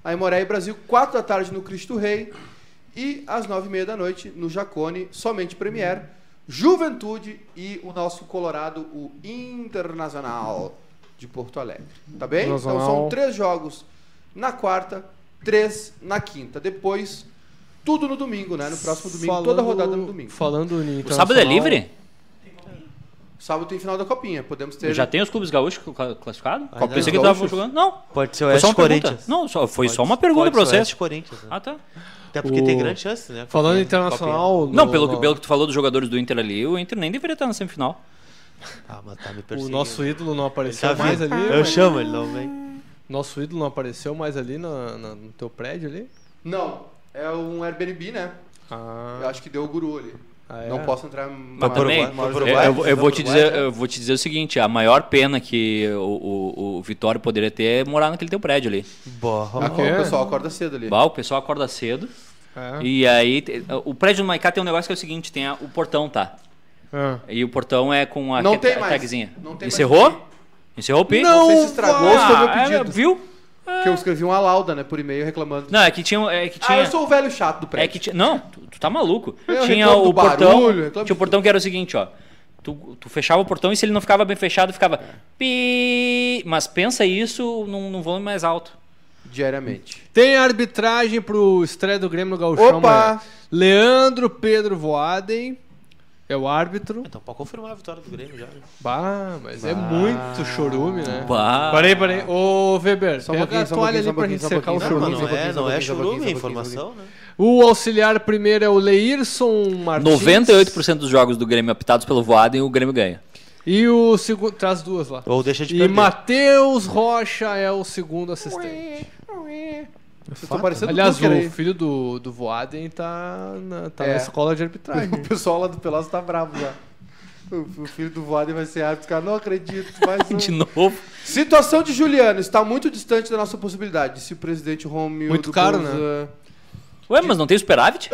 Aí Moreira e Brasil, 4 da tarde no Cristo Rei e às 9h30 da noite no Jacone, somente Premier, Juventude e o nosso Colorado, o Internacional de Porto Alegre. Tá bem? Então
Internacional.
são três jogos na quarta, três na quinta. Depois, tudo no domingo, né? No próximo domingo, toda a rodada no domingo.
Falando em
Então,
O sábado é
internacional,
livre?
Sábado tem final da Copinha, podemos ter... é
Já tem os clubes gaúchos cla- classificados?
Ainda
Pensei que
não.
tava
Gaúchos?
jogando. Não.
Pode ser o
Foi
Oeste
só uma pergunta.
Corinthians.
Não, só, foi
Pode-
só uma pergunta
pode ser
pra
o
vocês.
Oeste Corinthians. né?
Ah, tá.
Até porque
O-
tem grande chance, né?
Falando
Copinha,
internacional.
Não,
no-
pelo, que,
no-
pelo que tu falou dos jogadores do Inter ali, o Inter nem deveria estar na semifinal.
Copinha. Ah, mas tá me
O
perseguindo.
nosso ídolo não apareceu
Tá
mais
vindo.
ali.
Eu chamo ele, não vem.
Nosso ídolo não apareceu mais ali na- na- no teu prédio ali?
Não, é um Airbnb, né? Eu
Ah,
acho que deu o guru ali.
Ah, é?
Não posso entrar mais-
Mas
Vai pro
também,
Uruguai, vai pro
eu-
Uruguai,
eu, eu
vai
vou
pro
te
Uruguai,
dizer,
né?
eu vou te dizer o seguinte, a maior pena que o, o, o Vitório poderia ter é morar naquele teu prédio ali.
Boa.
Ah,
Ok.
O pessoal acorda cedo ali.
Bah, o pessoal acorda cedo
Ah.
é.
e aí te- o prédio do Maicá tem um negócio que é o seguinte, tem a- o portão, tá?
Ah.
E o portão é com a
Não
que-
tem
a
mais.
tagzinha.
Não tem mais
Encerrou?
PI.
Encerrou o PI?
Não sei se estragou, se foi meu
Ah, é,
pedido.
viu?
Porque eu escrevi uma lauda, né, por e-mail reclamando.
Não, é que tinha, é que tinha
Ah, eu sou o velho chato do
É
prédio.
que ti- Não, tu, tu tá maluco.
Eu
tinha
reclamo
o
do
portão.
barulho, reclamo de
tinha o portão que era o seguinte, ó. Tu, tu fechava o portão e se ele não ficava bem fechado, ficava. Pi... Mas pensa isso num, num volume mais alto.
Diariamente.
Tem arbitragem pro estreia do Grêmio no Gauchão
Opa!
amanhã. Leandro Pedro Voaden é o árbitro.
Então pode confirmar a vitória do Grêmio já. né?
Bah, mas é muito chorume, né?
É. Bah.
Parei, parei. Ô, Weber,
Só um
pega
pouquinho,
a
só um
toalha ali
pouquinho, só um
pra
pouquinho,
gente
só um
secar o
pouquinho.
Não, mas
chorume.
não é, não é churume, é
Só um pouquinho, só um pouquinho, só um pouquinho, só um pouquinho, só um
informação, né?
O auxiliar primeiro é o Leirson Martins.
98% dos jogos do Grêmio apitados pelo Voaden, o Grêmio ganha.
E o segundo. Traz duas lá.
Ou deixa de
E
perder.
Matheus Rocha é o segundo assistente.
Vocês estão parecendo
Aliás,
Dunker aí.
o filho do, do Voaden tá, na, tá
É.
na escola de arbitragem.
O pessoal lá do Pelotas tá bravo já. O o filho do Voaden vai ser árbitro, cara. Não acredito. Mais um.
De novo.
Situação de Juliano. Está muito distante da nossa possibilidade. Disse o presidente Romildo
Muito caro, né?
Bolzan.
Ué, mas não tem superávit?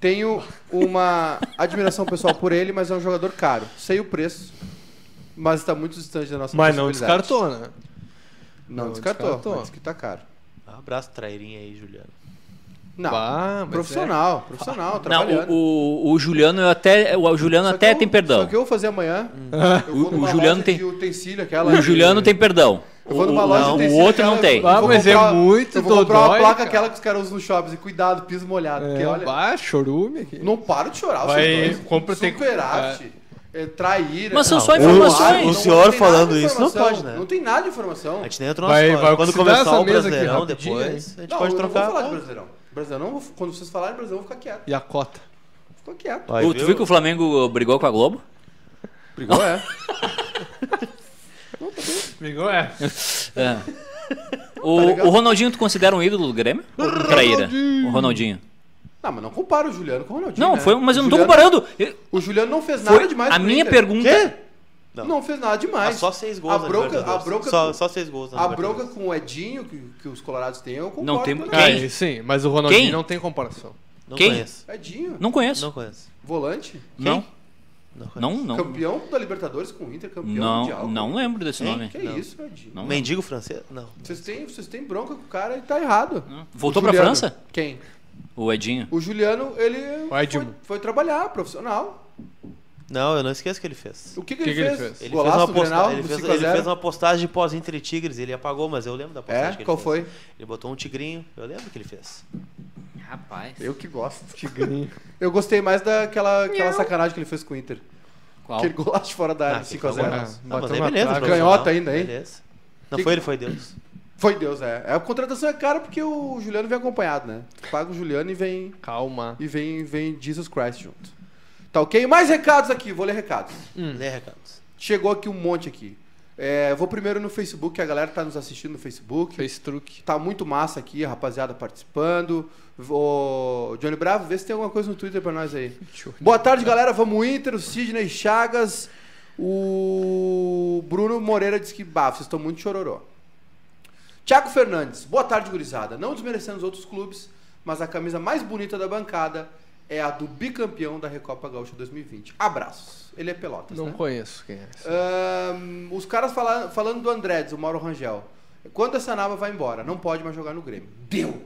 Tenho uma admiração pessoal por ele, mas é um jogador caro. Sei o preço, mas está muito distante da nossa
Mas não
possibilidade.
descartou, né?
Não,
Não
descartou.
descartou.
Mas disse que tá caro.
Ah, abraço, trairinha aí, Juliano.
Não.
Bah, mas é.
profissional, profissional,
Não,
trabalhando.
o, o, o Juliano eu até, o Juliano
Tá Só que
até
eu-
tem perdão.
Só que eu vou fazer amanhã.
Hum.
Eu
O-
vou
o
numa
Juliano
loja
tem-
de utensílio, aquela
O
de-
Juliano tem perdão.
Eu vou
O-
numa
o-
loja de
não, o
utensílio,
outro
aquela-
não tem.
eu vou
Ah, mas é
comprar-
muito
Eu vou comprar uma
dodói,
placa
cara.
aquela que os caras usam nos shoppings. E cuidado, piso molhado. porque,
É,
olha,
bah, chorume aqui.
não paro de chorar.
Vai,
vocês dois.
compra, tem-
Superávit, é, traíra.
Mas são
Não,
só
o-
informações.
não,
o
não
senhor
tem nada de
falando isso não
informação,
pode, né?
Não tem nada de informação.
A gente nem entrou
Vai-
na
vai
Quando
oxidar essa
começar o
mesa aqui
Brasileirão
rapidinho,
depois, a gente
Não,
pode
eu
trocar.
Não vou falar
a
de
bola.
Brasileirão. Brasileirão, eu vou- quando vocês falarem Brasileirão, eu vou ficar quieto.
E a cota?
Ficou quieto.
Vai,
Ô, tu viu que o Flamengo brigou com a Globo?
Brigou, é.
Miguel é.
É.
Tá
O, o Ronaldinho, tu considera um ídolo do Grêmio? Ou um traíra? O Ronaldinho.
Não, mas não compara o Juliano com o Ronaldinho.
Não,
né?
foi, um, mas eu não tô
Juliano-
comparando. Eu-
O Juliano não fez nada
Foi
demais.
a
pro
minha
Inter.
pergunta.
Não. fez nada
Ah,
demais.
só seis gols
A
na
bronca, a
Libertadores.
bronca,
só, só seis gols na
a
Libertadores.
bronca com o Edinho, que, que os colorados têm, eu concordo.
tem-
também.
Quem?
Aí, sim, mas o Ronaldinho
Quem?
não tem comparação.
Não
Quem?
conheço.
Edinho,
Não conheço.
Não conheço.
volante,
Não.
Não conheço.
Não, não. Não,
campeão da Libertadores com o Inter, campeão mundial.
não, lembro desse
Hein?
nome.
Que é
Não.
isso, Edinho.
Não.
Mendigo francês? Não.
Vocês têm, vocês têm bronca com o cara e tá errado.
Voltou
O
pra
Juliano.
França?
Quem?
O Edinho.
O Juliano, ele
O Edinho.
foi, foi trabalhar, profissional.
Não, eu não esqueço o que ele fez.
O que, que,
Que
ele,
que ele
fez?
fez?
Ele
Golaço
fez, uma
do
posta-
Grenal,
ele,
do
fez,
5 a
ele
0.
fez uma postagem pós Inter e Tigres, ele apagou, mas eu lembro da postagem
É?
que ele
Qual
fez.
foi?
Ele botou um tigrinho, eu lembro que ele fez.
Rapaz.
Eu que gosto. Eu gostei mais daquela aquela sacanagem que ele fez com o Inter.
Qual?
Aquele golaço de fora da área,
Ah,
de
aquele
5 Tá, a 0
foi um golaço.
Ah,
Ah, mas
bateu
aí
na
beleza,
trave.
profissional,
Canhota ainda, hein?
Beleza. Não
Que-
foi ele, foi Deus.
Foi Deus, é. É, A contratação é cara porque o Juliano vem acompanhado, né? Tu Paga o Juliano e vem
Calma.
e vem, vem Jesus Christ junto. Tá ok? Mais recados aqui, vou ler recados.
Hum.
Lê recados.
Chegou aqui um monte aqui. É, vou primeiro no Facebook, que a galera tá nos assistindo no Facebook.
Fez truque.
Tá muito massa aqui, a rapaziada participando. Ô, Johnny Bravo, vê se tem alguma coisa no Twitter pra nós aí. Boa tarde, galera. Vamos Inter, o Sidney Chagas. O Bruno Moreira disse que, bah, vocês estão muito chororó. Tiago Fernandes, boa tarde, gurizada. Não desmerecendo os outros clubes, mas a camisa mais bonita da bancada é a do bicampeão da Recopa Gaúcha 2020. Abraços. Ele é Pelotas,
Não
né?
conheço quem é. esse.
Ahn, os caras fala- falando do Andrés, o Mauro Rangel. Quando essa naba vai embora, não pode mais jogar no Grêmio. Deu!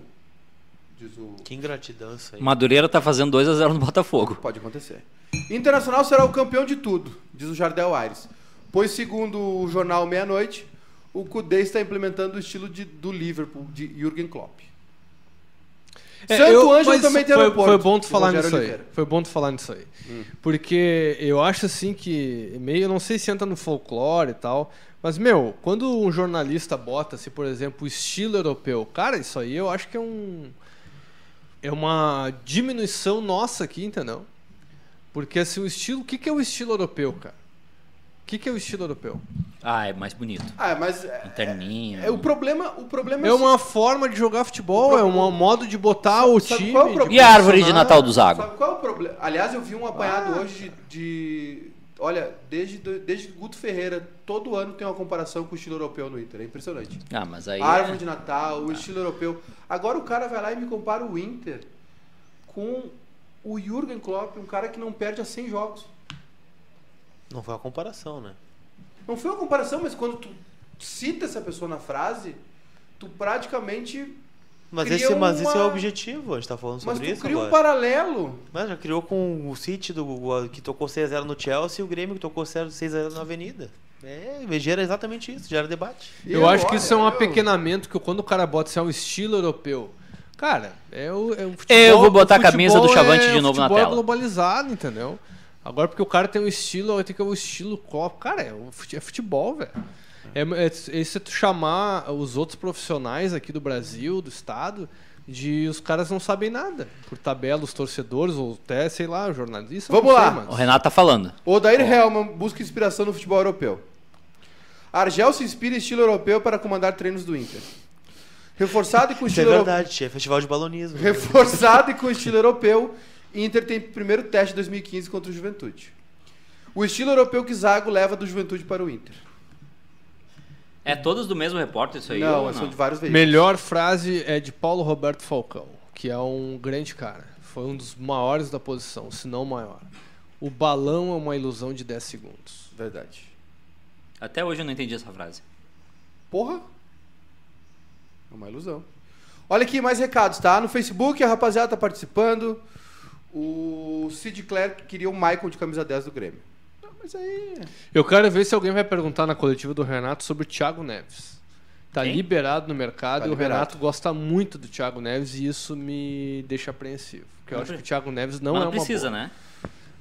Diz o.
Que ingratidão isso aí.
Madureira tá fazendo 2 a 0 no Botafogo.
Pode acontecer. Internacional será o campeão de tudo, diz o Jardel Aires. Pois, segundo o jornal Meia Noite, o Cudê está implementando o estilo de- do Liverpool, de Jürgen Klopp.
É,
Santo
eu-
Ângelo
mas
também tem
foi,
aeroporto.
Foi bom tu
O
falar
Rogério
nisso aí.
Oliveira. Hum.
Foi bom tu falar nisso aí. Porque eu acho assim que meio, não sei se entra no folclore e tal, mas meu, quando um jornalista bota, se por exemplo, o estilo europeu, cara, isso aí eu acho que é um é uma diminuição nossa aqui, entendeu? Porque assim, o estilo, o que que é o estilo europeu, cara? O que que é o estilo europeu?
Ah, é mais bonito.
Ah, mas. É,
Um terninho.
é o problema. O problema
É
o
uma forma de jogar futebol, é
pro-
um modo de botar o
assim sabe
time.
qual é o
de
problema?
E a árvore de
posicionar.
Natal do Zago?
Sabe qual é o problema? Aliás, eu vi um apanhado
Ah.
hoje de, de- Olha, desde, desde Guto Ferreira, todo ano tem uma comparação com o estilo europeu no Inter. É impressionante.
Ah, mas
é.
aí.
A árvore de Natal,
Ah.
o estilo europeu. Agora o cara vai lá e me compara o Inter com o Jürgen Klopp, um cara que não perde há 100 jogos.
Não foi uma comparação, né?
Não foi uma comparação, mas quando tu cita essa pessoa na frase, tu praticamente.
Mas,
Cria
esse, mas
uma-
esse é o objetivo, a gente tá falando
Mas
sobre
tu
isso
cria um
agora.
paralelo.
Mas já criou com o City do, que tocou 6x0 no Chelsea e o Grêmio que tocou 6x0 na Avenida. É, gera exatamente isso, gera debate.
Eu, acho que isso é um
olha, eu-
apequenamento que quando o cara bota assim, é um estilo europeu. Cara, é o, é o futebol.
Eu vou botar a
o
camisa
futebol
do Chavante
é-
de
o
novo na
futebol é
tela.
globalizado, entendeu? Agora porque o cara tem um estilo, tem que é o estilo copo. Cara, é, o fute- é futebol, velho. É, é, é isso é tu chamar os outros profissionais aqui do Brasil, do estado, de os caras não sabem nada. Por tabela, os torcedores, ou até, sei lá, jornalistas.
Vamos
não sei,
lá.
O
mano.
Renato tá falando.
Odair Helman busca inspiração no futebol europeu. Argel se inspira em estilo europeu para comandar treinos do Inter. Reforçado e com
Isso é
estilo europeu.
verdade, é festival de balonismo.
Reforçado e com estilo europeu, Inter tem primeiro teste de 2015 contra o Juventude. O estilo europeu que Zago leva do Juventude para o Inter.
É todas do mesmo repórter isso aí?
não,
ou
são de vários veículos.
Melhor frase é de Paulo Roberto Falcão, que é um grande cara. Foi um dos maiores da posição, se não o maior. O balão é uma ilusão de 10 segundos.
Verdade.
Até hoje eu não entendi essa frase.
Porra! É uma ilusão. Olha aqui, mais recados, tá? No Facebook, a rapaziada tá participando. O Sid Clerc queria o Michael de camisa 10 do Grêmio. Não, mas aí.
Eu quero ver se alguém vai perguntar na coletiva do Renato sobre o Thiago Neves. Tá liberado no mercado
Tá
e
liberado.
o Renato gosta muito do Thiago Neves e isso me deixa apreensivo. Porque eu
Não
acho
pre-
que o Thiago Neves não
Mas
é
não
uma
precisa,
boa.
né?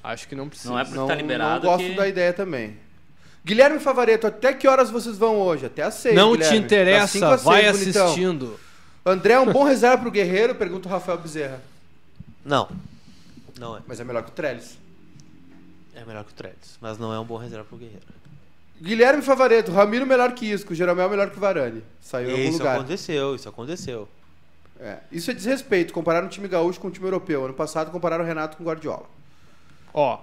Acho que não precisa.
Não é porque tá liberado.
não gosto
que...
da ideia também. Guilherme Favareto, até que horas vocês vão hoje? Até às 6.
Não te
Tá
interessa, vai assistindo.
André é um bom reserva pro Guerreiro? Pergunta o Rafael Bezerra.
Não. Não é.
Mas é melhor que o Trellis.
É melhor que o Trellis, mas não é um bom reserva pro Guerreiro.
Guilherme Favareto, Ramiro melhor que Isco, Jeromel melhor que Varane. Saiu
é
em algum
Isso
lugar.
aconteceu, isso aconteceu.
É, Isso é desrespeito, compararam o time gaúcho com o time europeu. Ano passado compararam o Renato com o Guardiola.
Ó,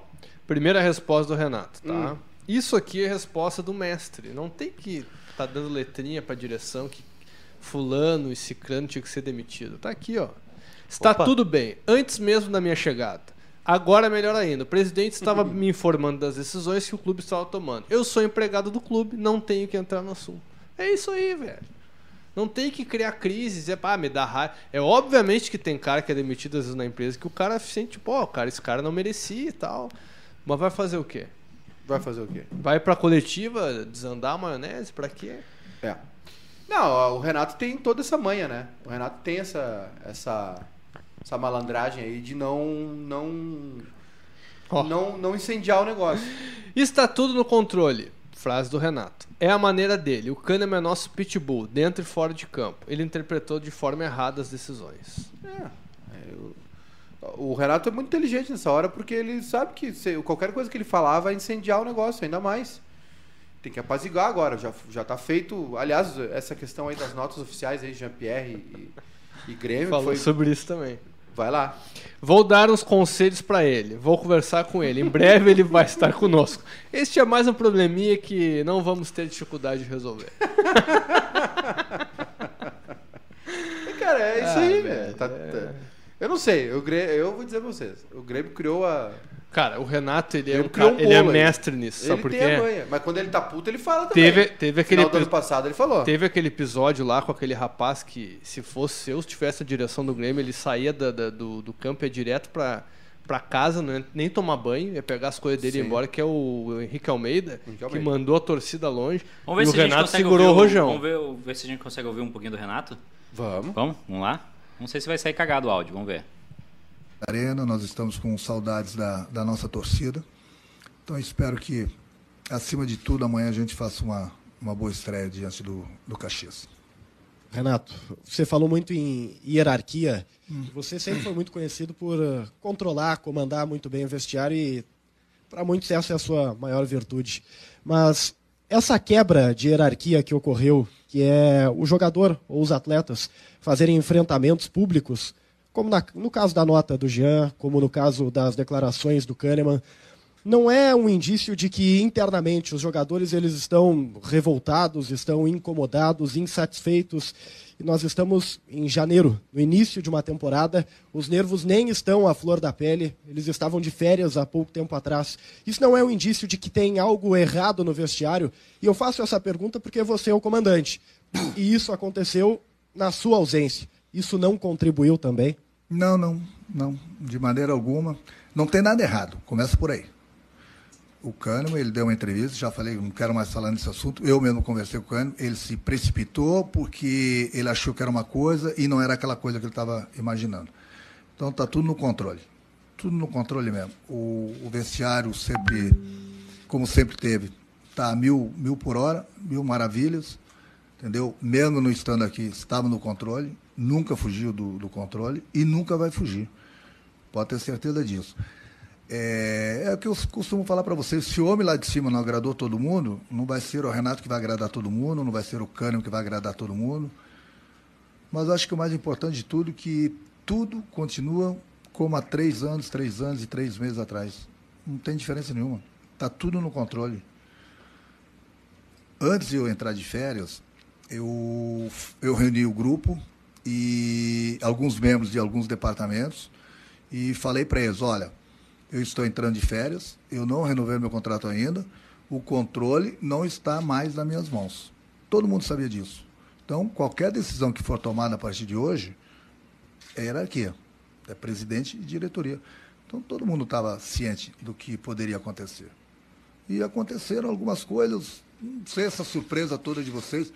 primeira resposta do Renato, tá?
Hum.
Isso aqui é resposta do mestre. Não tem que tá dando letrinha pra direção que fulano e ciclano tinha que ser demitido. Tá aqui, ó. Está
Opa.
Tá tudo bem, antes mesmo da minha chegada. Agora melhor ainda. O presidente estava me informando das decisões que o clube estava tomando. Eu sou empregado do clube, não tenho que entrar no assunto. É isso aí, velho. Não tem que criar crises, é pá, me dá raiva. É obviamente que tem cara que é demitido às vezes na empresa que o cara sente, pô, cara, esse cara não merecia e tal. Mas vai fazer o quê?
Vai fazer o quê?
Vai pra coletiva desandar a maionese? Pra quê?
É. Não, ó, o Renato tem toda essa manha, né? O Renato tem essa essa essa malandragem aí de não não
Ó.
não, não incendiar o negócio.
Está tudo no controle. Frase do Renato. É a maneira dele. O Kahneman é nosso pitbull, dentro e fora de campo. Ele interpretou de forma errada as decisões.
É, O Renato é muito inteligente nessa hora, porque ele sabe que se- qualquer coisa que ele falar vai incendiar o negócio, ainda mais. Tem que apaziguar agora, já, já tá feito. Aliás, essa questão aí das notas oficiais aí, Jean-Pierre e, e Grêmio,
Falou
foi-
sobre isso também.
vai lá.
Vou dar uns conselhos pra ele. Vou conversar com ele. Em breve ele vai estar conosco. Este é mais um probleminha que não vamos ter dificuldade de resolver.
E, cara, é isso
Ah,
aí,
velho,
velho. Tá- tá- Eu não sei, o Grê- eu vou dizer pra vocês. O Grêmio criou a.
Cara, o Renato, ele é,
Ele
um
criou
cara-
um
ele é
bolo aí.
mestre nisso, sabe
ele
por quê?
tem a manha. Mas quando ele tá puto, ele fala também.
Teve, teve, aquele
Final do ano
epi-
passado ele falou.
teve aquele episódio lá com aquele rapaz que, se fosse eu, se tivesse a direção do Grêmio, ele saía da- da- do, do campo e ia direto pra, pra casa, não ia nem tomar banho, ia pegar as coisas dele e ir
Sim.
embora, que é o Henrique Almeida,
Henrique
que
Almeida.
mandou a torcida longe.
Vamos ver
e
se
o
a gente
Renato
consegue
segurou
ouvir um-
o rojão.
Vamos ver, o- ver se a gente consegue ouvir um pouquinho do Renato.
Vamos.
Vamos? Vamos lá? Não sei se vai sair cagado o áudio, vamos ver.
Arena, nós estamos com saudades da, da nossa torcida. Então espero que, acima de tudo, amanhã a gente faça uma, uma boa estreia diante do, do Caxias.
Renato, você falou muito em hierarquia. Você sempre foi muito conhecido por eh, controlar, comandar muito bem o vestiário e, para muitos, essa é a sua maior virtude. Mas essa quebra de hierarquia que ocorreu, que é o jogador ou os atletas fazerem enfrentamentos públicos, como na- no caso da nota do Jean, como no caso das declarações do Kahneman, não é um indício de que internamente os jogadores eles estão revoltados, estão incomodados, insatisfeitos. E nós estamos em janeiro, no início de uma temporada, os nervos nem estão à flor da pele, eles estavam de férias há pouco tempo atrás. Isso não é um indício de que tem algo errado no vestiário? E eu faço essa pergunta porque você é o comandante. E isso aconteceu na sua ausência. Isso não contribuiu também?
Não, não, não, de maneira alguma. Não tem nada errado, começa por aí. O Cânimo, ele deu uma entrevista, já falei, não quero mais falar nesse assunto. Eu mesmo conversei com o Cânimo, ele se precipitou porque ele achou que era uma coisa e não era aquela coisa que ele estava imaginando. Então tá tudo no controle. Tudo no controle mesmo. O, o vestiário sempre, como sempre teve, tá a mil, mil por hora, mil maravilhas. Entendeu? Mesmo não estando aqui, estava no controle, nunca fugiu do, do controle e nunca vai fugir. Pode ter certeza disso. É, é o que eu costumo falar para vocês: se o homem lá de cima não agradou todo mundo, não vai ser o Renato que vai agradar todo mundo, não vai ser o Cânimo que vai agradar todo mundo. Mas eu acho que o mais importante de tudo é que tudo continua como há três anos, três anos e três meses atrás. Não tem diferença nenhuma. Está tudo no controle. Antes de eu entrar de férias, eu, eu reuni o grupo e alguns membros de alguns departamentos e falei para eles, olha, eu estou entrando de férias, eu não renovei meu contrato ainda, o controle não está mais nas minhas mãos. Todo mundo sabia disso. Então, qualquer decisão que for tomada a partir de hoje é hierarquia, é presidente e diretoria. Então, todo mundo estava ciente do que poderia acontecer. E aconteceram algumas coisas, não sei essa surpresa toda de vocês.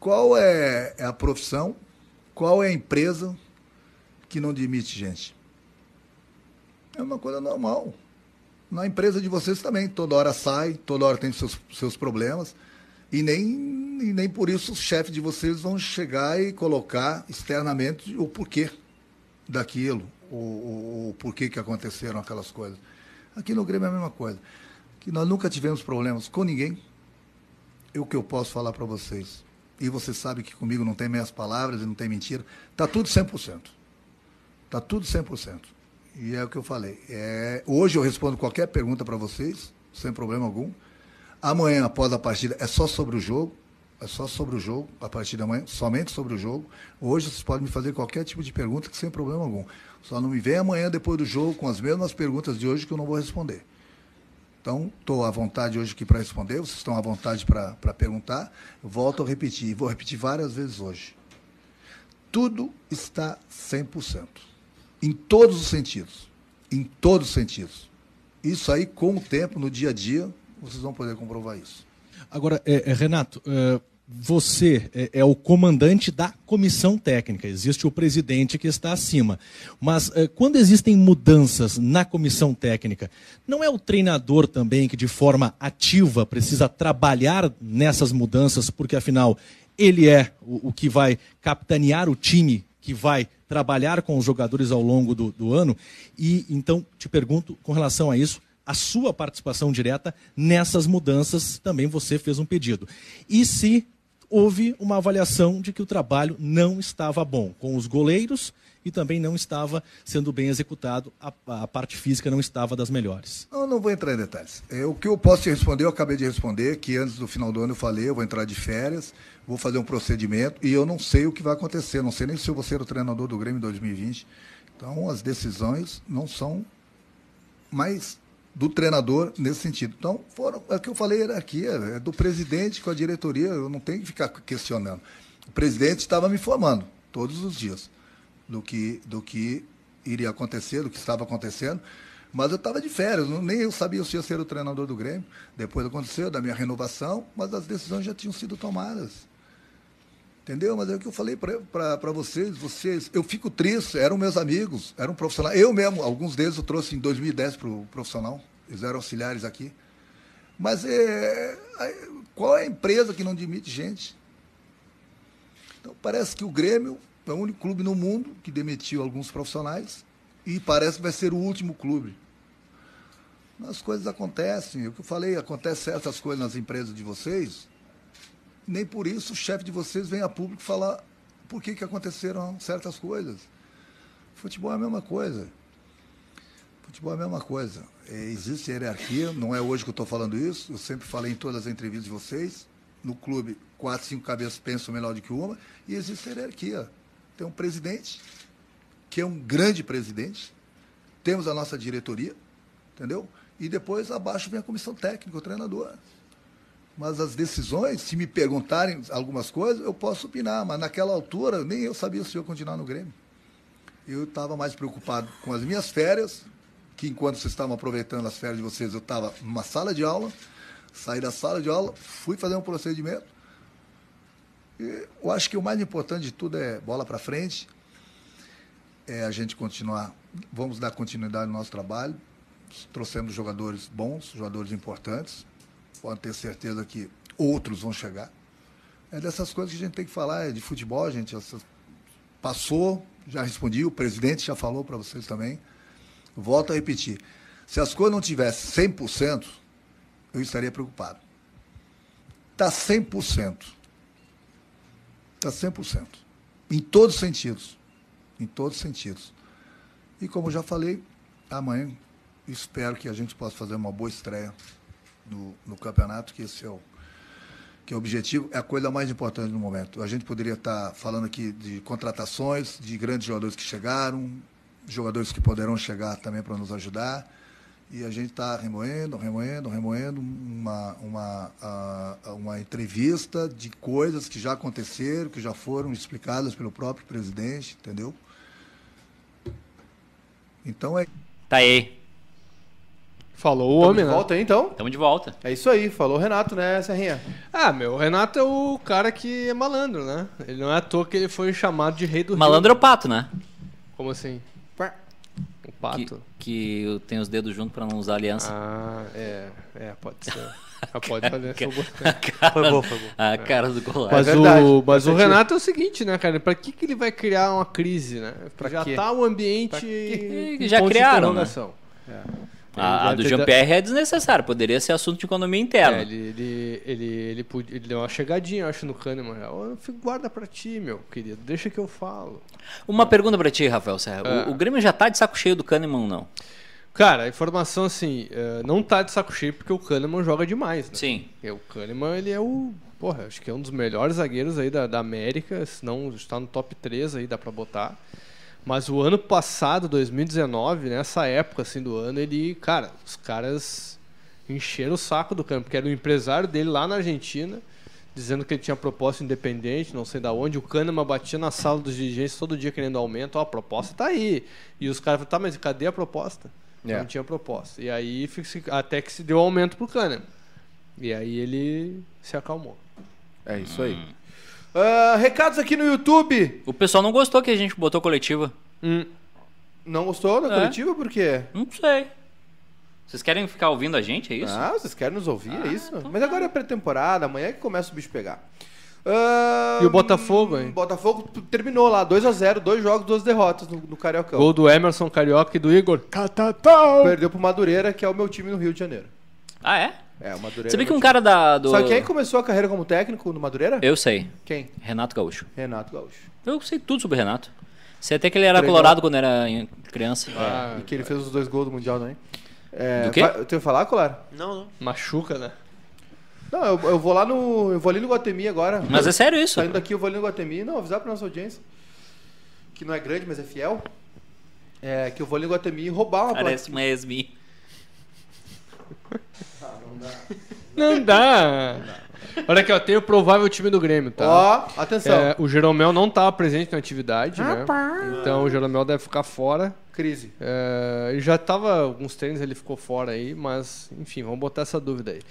Qual é é a profissão, qual é a empresa que não demite gente? É uma coisa normal. Na empresa de vocês também, toda hora sai, toda hora tem seus, seus problemas. E nem, e nem por isso os chefes de vocês vão chegar e colocar externamente o porquê daquilo, o, o, o porquê que aconteceram aquelas coisas. Aqui no Grêmio é a mesma coisa. Que nós nunca tivemos problemas com ninguém. É o que eu posso falar para vocês. E você sabe que comigo não tem meias palavras e não tem mentira. Está tudo 100%. Está Tá tudo 100%. E é o que eu falei. É, hoje eu respondo qualquer pergunta para vocês, sem problema algum. Amanhã, após a partida, é só sobre o jogo. É só sobre o jogo, a partir de amanhã, somente sobre o jogo. Hoje vocês podem me fazer qualquer tipo de pergunta que sem problema algum. Só não me vem amanhã depois do jogo com as mesmas perguntas de hoje que eu não vou responder. Então, estou à vontade hoje aqui para responder, vocês estão à vontade para para perguntar. Volto a repetir, e vou repetir várias vezes hoje tudo está 100%. Em todos os sentidos. Em todos os sentidos. Isso aí, com o tempo, no dia a dia, vocês vão poder comprovar isso.
Agora, é, é, Renato, é, você é, é o comandante da comissão técnica, existe o presidente que está acima. Mas eh, quando existem mudanças na comissão técnica, não é o treinador também que, de forma ativa, precisa trabalhar nessas mudanças, porque afinal ele é o, o que vai capitanear o time que vai trabalhar com os jogadores ao longo do, do ano. E então te pergunto com relação a isso, a sua participação direta nessas mudanças também você fez um pedido. E se houve uma avaliação de que o trabalho não estava bom com os goleiros e também não estava sendo bem executado, a, a parte física não estava das melhores.
Eu não vou entrar em detalhes. É, o que eu posso te responder, eu acabei de responder, que antes do final do ano eu falei, eu vou entrar de férias, vou fazer um procedimento e eu não sei o que vai acontecer. Não sei nem se eu vou ser o treinador do Grêmio em 2020. Então as decisões não são mais do treinador nesse sentido. Então, foram, é o que eu falei era aqui, é do presidente com a diretoria, eu não tenho que ficar questionando. O presidente estava me informando todos os dias do que, do que iria acontecer, do que estava acontecendo. Mas eu estava de férias, não- nem eu sabia se ia ser o treinador do Grêmio. Depois aconteceu da minha renovação, mas as decisões já tinham sido tomadas. Entendeu? Mas é o que eu falei para vocês, vocês. Eu fico triste, eram meus amigos, eram profissionais. Eu mesmo, alguns deles eu trouxe em 2010 para o profissional, eles eram auxiliares aqui. Mas é, aí, qual é a empresa que não demite gente? Então, parece que o Grêmio é o único clube no mundo que demitiu alguns profissionais e parece que vai ser o último clube. As coisas acontecem, é o que eu falei, acontece certas coisas nas empresas de vocês, nem por isso o chefe de vocês vem a público falar por que, que aconteceram certas coisas. Futebol é a mesma coisa. Futebol é a mesma coisa. É, existe hierarquia, não é hoje que eu estou falando isso, eu sempre falei em todas as entrevistas de vocês. No clube, quatro, cinco cabeças pensam melhor do que uma, e existe hierarquia. Tem um presidente, que é um grande presidente, temos a nossa diretoria, entendeu? E depois abaixo vem a comissão técnica, o treinador. Mas as decisões, se me perguntarem algumas coisas, eu posso opinar, mas naquela altura nem eu sabia se eu ia continuar no Grêmio. Eu estava mais preocupado com as minhas férias, que enquanto vocês estavam aproveitando as férias de vocês, eu estava numa sala de aula, saí da sala de aula, fui fazer um procedimento. E eu acho que o mais importante de tudo é bola para frente, é a gente continuar, vamos dar continuidade no nosso trabalho. Trouxemos jogadores bons, jogadores importantes. Pode ter certeza que outros vão chegar. É dessas coisas que a gente tem que falar, é de futebol, gente. essas- Passou, já respondi, o presidente já falou para vocês também. Volto a repetir. Se as coisas não tivessem 100%, eu estaria preocupado. Tá Está 100%. Está 100%. Em todos os sentidos. Em todos os sentidos. E como eu já falei, amanhã espero que a gente possa fazer uma boa estreia no, no campeonato, que esse é o, que é o objetivo, é a coisa mais importante no momento. A gente poderia estar falando aqui de contratações, de grandes jogadores que chegaram, jogadores que poderão chegar também para nos ajudar. E a gente está remoendo, remoendo, remoendo uma, uma, ah, uma entrevista de coisas que já aconteceram, que já foram explicadas pelo próprio presidente, entendeu? Então é
Tá aí.
Falou o
Tamo
homem,
de
né?
volta aí, então.
Tamo de volta.
É isso aí, falou o Renato, né, Serrinha?
Ah, meu, o Renato é o cara que é malandro, né? Ele não é à toa que ele foi chamado de rei do
Malandro é o pato, né?
Rio. Como assim? O pato.
Que, que tem os dedos juntos pra não usar aliança.
Ah, é. É, pode ser. Ah, pode fazer essa boa.
A cara,
Foi bom, foi bom.
A cara do colar.
Mas,
verdade,
o, É
faz
mas o
sentido.
Renato é o seguinte, né, cara? Pra que, que ele vai criar uma crise, né?
Pra
Já
quê?
tá o ambiente.
quê?
com
Já
ponto de
criaram, né?
interrogação.
A, a do
Ele deve ter-
Jean-Pierre é desnecessária. Poderia ser assunto de economia interna.
É, ele, ele, ele, ele, podia- ele deu uma chegadinha, eu acho, no Kahneman. Eu fico guarda pra ti, meu querido. Deixa que eu falo.
Uma pergunta pra ti, Rafael Serra. O-
Ah.
O, Grêmio já tá de saco cheio do Kahneman, não?
Cara, a informação assim, eh, não tá de saco cheio porque o Kahneman joga demais, né?
Sim.
E o Kahneman, ele é o. Porra, acho que é um dos melhores zagueiros aí da, da América, se não está no top 3 aí, dá pra botar. Mas o ano passado, 2019, nessa época assim do ano, ele. Cara, os caras encheram o saco do Kahneman, porque era o empresário dele lá na Argentina, dizendo que ele tinha proposta independente, não sei da onde. O Kahneman batia na sala dos dirigentes todo dia querendo aumento. Ó, a proposta tá aí. E os caras falaram, tá, mas cadê a proposta?
É.
Não tinha proposta. E aí, fica- até que se deu aumento pro Kahneman. E aí ele se acalmou.
É isso aí. Ah, recados aqui no YouTube.
O pessoal não gostou que a gente botou coletiva.
Não gostou da
É.
coletiva? Por quê?
Não sei. Vocês querem ficar ouvindo a gente, é isso? então tá.
Ah, vocês querem nos ouvir, é isso? Mas agora é pré-temporada, amanhã é que começa o bicho pegar. Ah, hum,
E o Botafogo, hein?
Botafogo t- terminou lá, 2x0, dois jogos, duas derrotas no, no Cariocão.
Gol do Emerson Carioca e do Igor.
Catatau!
Perdeu pro Madureira, que é o meu time no Rio de Janeiro.
Ah, é?
É, o Madureira.
Sabia
é
que
meu
um cara da. Do...
time. Sabe quem é começou a carreira como técnico no Madureira?
Eu sei.
Quem?
Renato Gaúcho.
Renato Gaúcho.
Eu sei tudo sobre o Renato. Sei até que ele era
Treinou.
colorado quando era em- criança.
e que ele fez os dois gols do Mundial também. É,
Ah, Do quê?
vai- eu tenho que falar, Colar?
Não, não.
Machuca, né?
Não, eu, eu vou lá no. Eu vou ali no Guatemi agora.
Mas é sério isso?
Saindo daqui, eu vou ali no Guatemi. Não, avisar pra nossa audiência. Que não é grande, mas é fiel. É, que eu vou ali no Guatemi roubar uma plaquinha.
Parece uma Esmi.
Não dá. Olha aqui, ó, tem o provável time do Grêmio, tá?
Ó, atenção.
É, o Jeromel não tá presente na atividade, né? Então o Jeromel deve ficar fora.
Crise.
É, ele já tava alguns treinos, ele ficou fora aí, mas enfim, vamos botar essa dúvida aí.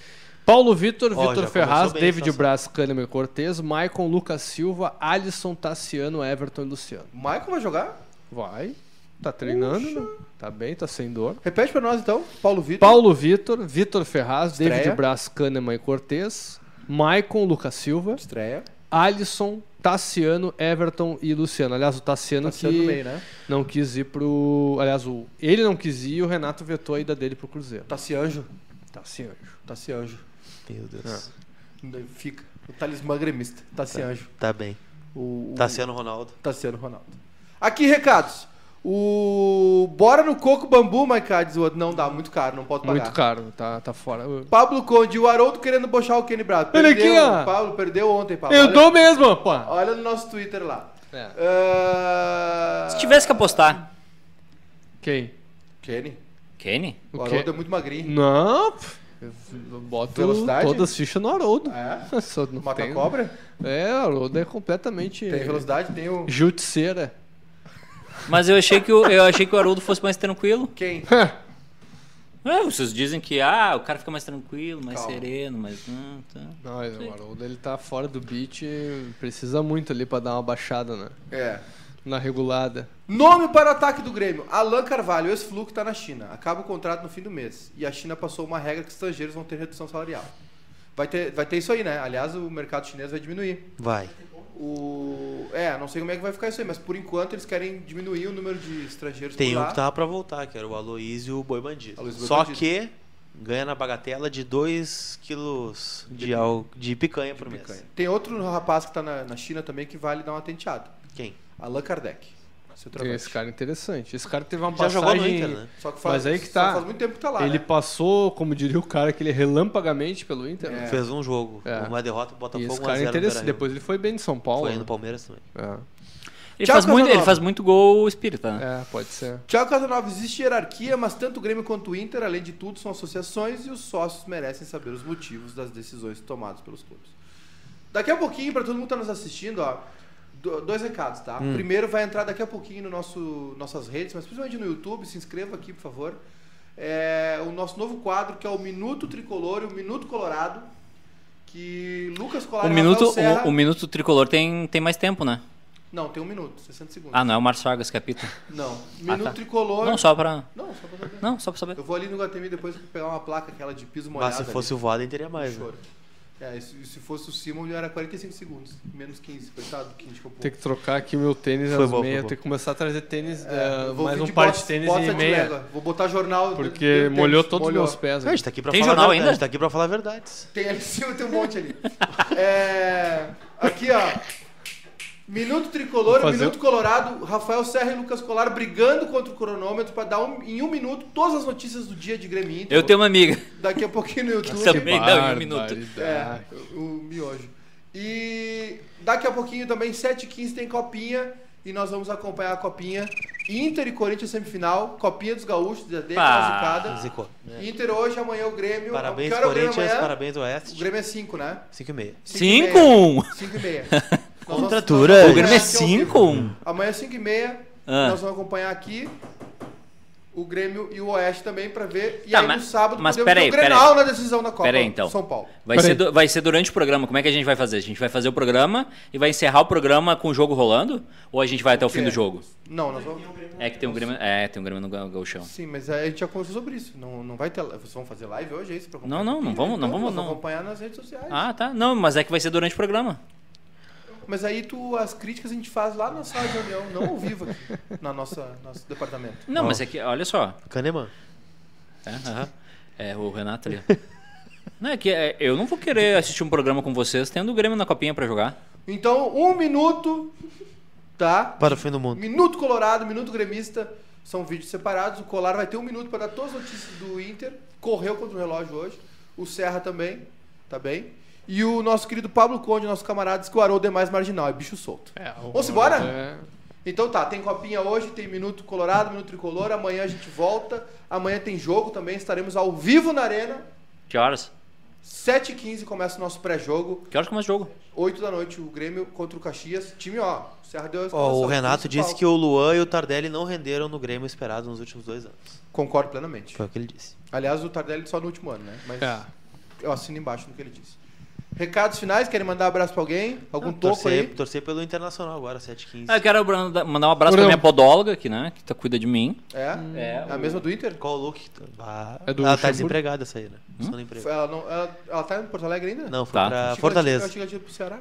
Paulo Vitor,
Ó,
Vitor
já
Ferraz,
começou bem a
David
situação.
Braz, Kahneman Cortez, Maicon, Lucas Silva, Alisson, Tassiano, Everton e Luciano.
O Maicon vai jogar?
Vai, tá treinando, né? Tá bem, tá sem dor.
Repete pra nós então. Paulo Vitor.
Paulo Vitor, Vitor Ferraz,
Estreia.
David Braz, Kahneman e Cortez, Maicon, Lucas Silva,
Estreia.
Alisson, Tassiano, Everton e Luciano. Aliás, o Tassiano,
Tassiano
que
no meio, né?
não quis ir pro... Aliás, o... ele não quis ir e o Renato vetou a ida dele pro Cruzeiro.
Tá Tassianjo.
Tassiano.
Tassianjo.
Meu Deus.
Fica. O talismã gremista. Tassianjo.
Tá bem.
O, o-
Tassiano Ronaldo.
Tá
Tassiano Ronaldo. Aqui, recados. O. Bora no coco bambu, Maiká, diz o outro. Não dá, muito caro, não pode pagar.
Muito caro, tá, tá fora. Eu
Pablo Conde, o Haroldo querendo bochar o Kenny Bravo.
Olha aqui,
Perdeu,
ó.
Pablo perdeu ontem, Pablo.
Olha-
olha,
dou mesmo, pô.
olha no nosso Twitter lá.
É.
Ah,
Se tivesse que apostar.
Quem?
Kenny,
Kenny?
o,
O
Haroldo
quê?
é muito magrinho.
Não, pô. Eu boto
Velocidade?
todas as fichas no Haroldo.
É?
Só não
Mata
tem- um-
cobra?
É, Haroldo é completamente
Tem velocidade, tem um- o.
juticeira.
Mas eu achei que o, eu achei que o Haroldo fosse mais tranquilo.
Quem?
É, vocês dizem que ah, o cara fica mais tranquilo, mais
Calma.
sereno, mas. Hum, tá.
Não, o Haroldo ele tá fora do beat, precisa muito ali pra dar uma baixada, né?
É.
Na regulada.
Nome para o ataque do Grêmio. Alan Carvalho, ex-flu que tá na China. Acaba o contrato no fim do mês. E a China passou uma regra que estrangeiros vão ter redução salarial. Vai ter, vai ter isso aí, né? Aliás, o mercado chinês vai diminuir.
Vai.
O... É, não sei como é que vai ficar isso aí, mas por enquanto eles querem diminuir o número de estrangeiros
Tem
por
um
lá.
que tava pra voltar, que era o Aloysio Boi Bandido.
Aloysio Boi
Só
Bandido.
que ganha na bagatela de 2 quilos de, al- de picanha por mês.
Tem outro rapaz que tá na, na China também que vale dar uma tenteada.
Quem?
Allan Kardec. Seu
Tem esse cara interessante. Esse cara teve uma
Já jogou
passagem...
no Inter, né?
Só que
Mas aí que
só
tá.
faz muito tempo que tá lá.
Ele
né?
passou, como diria o cara, que ele relampagamente pelo Inter. né?
Fez um jogo,
É.
uma derrota,
E
Botafogo
esse
1 a
cara é
0
interessante. Depois ele foi bem de São Paulo.
Foi aí
né?
no Palmeiras também.
É.
Ele,
Tchau,
faz muito, ele
Casanova.
faz muito gol espírita, né?
É, pode ser.
Tiago Casanova, existe hierarquia, mas tanto o Grêmio quanto o Inter, além de tudo, são associações e os sócios merecem saber os motivos das decisões tomadas pelos clubes. Daqui a pouquinho, para todo mundo que tá nos assistindo, ó, do- dois recados, tá?
Hum.
Primeiro vai entrar daqui a pouquinho no nosso nossas redes, mas principalmente no YouTube, se inscreva aqui, por favor. É, o nosso novo quadro que é o Minuto Tricolor e o Minuto Colorado, que Lucas Colar
O
e Rafael
Um minuto,
Serra...
o, o minuto tricolor tem, tem mais tempo, né?
Não, tem um minuto, 60 segundos.
Ah, não, é o Márcio Chagas que apita.
Não, Minuto
tá.
Tricolor...
Não, só pra.
Não, só pra saber.
Não, só pra saber.
Eu vou ali no Guatemi depois pegar uma placa aquela de piso molhado.
Mas se
ali,
fosse o Voaden, teria
de
mais. Né?
choro. É, e se, e se fosse o Simon, era 45 segundos. Menos 15, coitado, 15 que eu pulo.
Tem que trocar aqui meu tênis
Foi
às
bom, foi
meias.
bom.
Tem que começar a trazer tênis,
É,
eh,
eu vou
mais
vir
um
de
par
botas-
de tênis
botas
e
de
meia.
lega. Vou botar jornal. do-
Porque
do tênis.
molhou todos os
Molhou.
meus pés.
Ah, a
né?
gente tá aqui pra
Tem
falar
jornal
verdade,
ainda?
A gente tá aqui pra falar verdades.
Tem ali em cima, tem um monte ali. É, aqui, ó. Minuto Tricolor,
Vou fazer-
Minuto Colorado, Rafael Serra e Lucas Colar brigando contra o cronômetro pra dar um- em um minuto todas as notícias do dia de Grêmio e Inter.
Eu tenho uma amiga.
Daqui a pouquinho no YouTube.
Também dá em um minuto.
É, o miojo. E daqui a pouquinho também, 7h15, tem copinha. E nós vamos acompanhar a copinha. Inter e Corinthians semifinal, copinha dos gaúchos, já dei
Ah,
classificada.
Zicou.
Inter hoje, amanhã o Grêmio.
Parabéns,
Que hora é o Grêmio
Corinthians.
amanhã?
Parabéns,
O
Oeste.
Grêmio é 5, né?
5 e meia.
5!
5 e meia.
Contratura.
O Grêmio é 5!
Amanhã 5 e meia,
Ah.
nós vamos acompanhar aqui. o Grêmio e o Oeste também pra ver. E
Tá,
aí
mas-
no sábado
mas
podemos
peraí,
ter o Grenal
peraí.
na decisão da Copa
Pera aí, então.
São Paulo.
Vai ser, du- vai ser durante o programa. Como é que a gente vai fazer? A gente vai fazer o programa e vai encerrar o programa com o jogo rolando? Ou a gente vai até o fim do jogo?
Não, nós vamos...
É que tem um Grêmio. É, tem um Grêmio no ga- Gauchão.
Sim, mas a gente já conversou sobre isso. Não, não vai ter... Vocês vão fazer live hoje, é isso? Pra acompanhar?
Não, não, não vamos- não
Então,
vamos,
nós
não.
acompanhar nas redes sociais.
Ah, tá. Não, mas é que vai ser durante o programa.
Mas aí tu, as críticas a gente faz lá na sala de reunião, não ao vivo aqui, na nossa, nosso departamento.
Não, mas é que, olha só.
Kahneman.
É, aham. É, o Renato ali. Não, é que é, eu não vou querer assistir um programa com vocês tendo o Grêmio na copinha pra jogar.
Então, um minuto, tá?
Para o fim do mundo.
Minuto Colorado, Minuto Gremista, são vídeos separados. O Colar vai ter um minuto para dar todas as notícias do Inter. Correu contra o relógio hoje. O Serra também, tá bem? E o nosso querido Pablo Conde, nosso camarada, disse que o Haroldo é mais marginal, é bicho solto. Vamos embora?
É.
Então tá, tem copinha hoje, tem Minuto Colorado, Minuto Tricolor. Amanhã a gente volta. Amanhã tem jogo também, estaremos ao vivo na Arena.
Que horas?
7h15 começa o nosso pré-jogo.
Que horas começa o jogo?
8 da noite, o Grêmio contra o Caxias. Time, ó, Serra deu a
Ó,
escalação
o Renato
principal.
disse que o Luan e o Tardelli não renderam no Grêmio esperado nos últimos dois anos.
Concordo plenamente.
Foi o que ele disse.
Aliás, o Tardelli só no último ano, né? Mas
É.
eu assino embaixo no que ele disse. Recados finais, querem mandar um abraço pra alguém? Algum
Ah,
toco
torcer,
aí?
torcer pelo Internacional agora, 7h15.
Ah, eu quero mandar mandar um abraço pra
Não.
minha podóloga aqui, né? Que tá, cuida de mim.
É?
É,
A mesma do Inter?
Qual o look? que tu- Ah,
É do Hum?
ela tá
Luxemburgo?
desempregada essa aí, né? Só no emprego.
Foi- Ela, não, ela, ela tá em Porto Alegre ainda?
Não, foi
Tá.
Achei que
pra
ela tinha-
Fortaleza.
Eu tinha ido pro Ceará.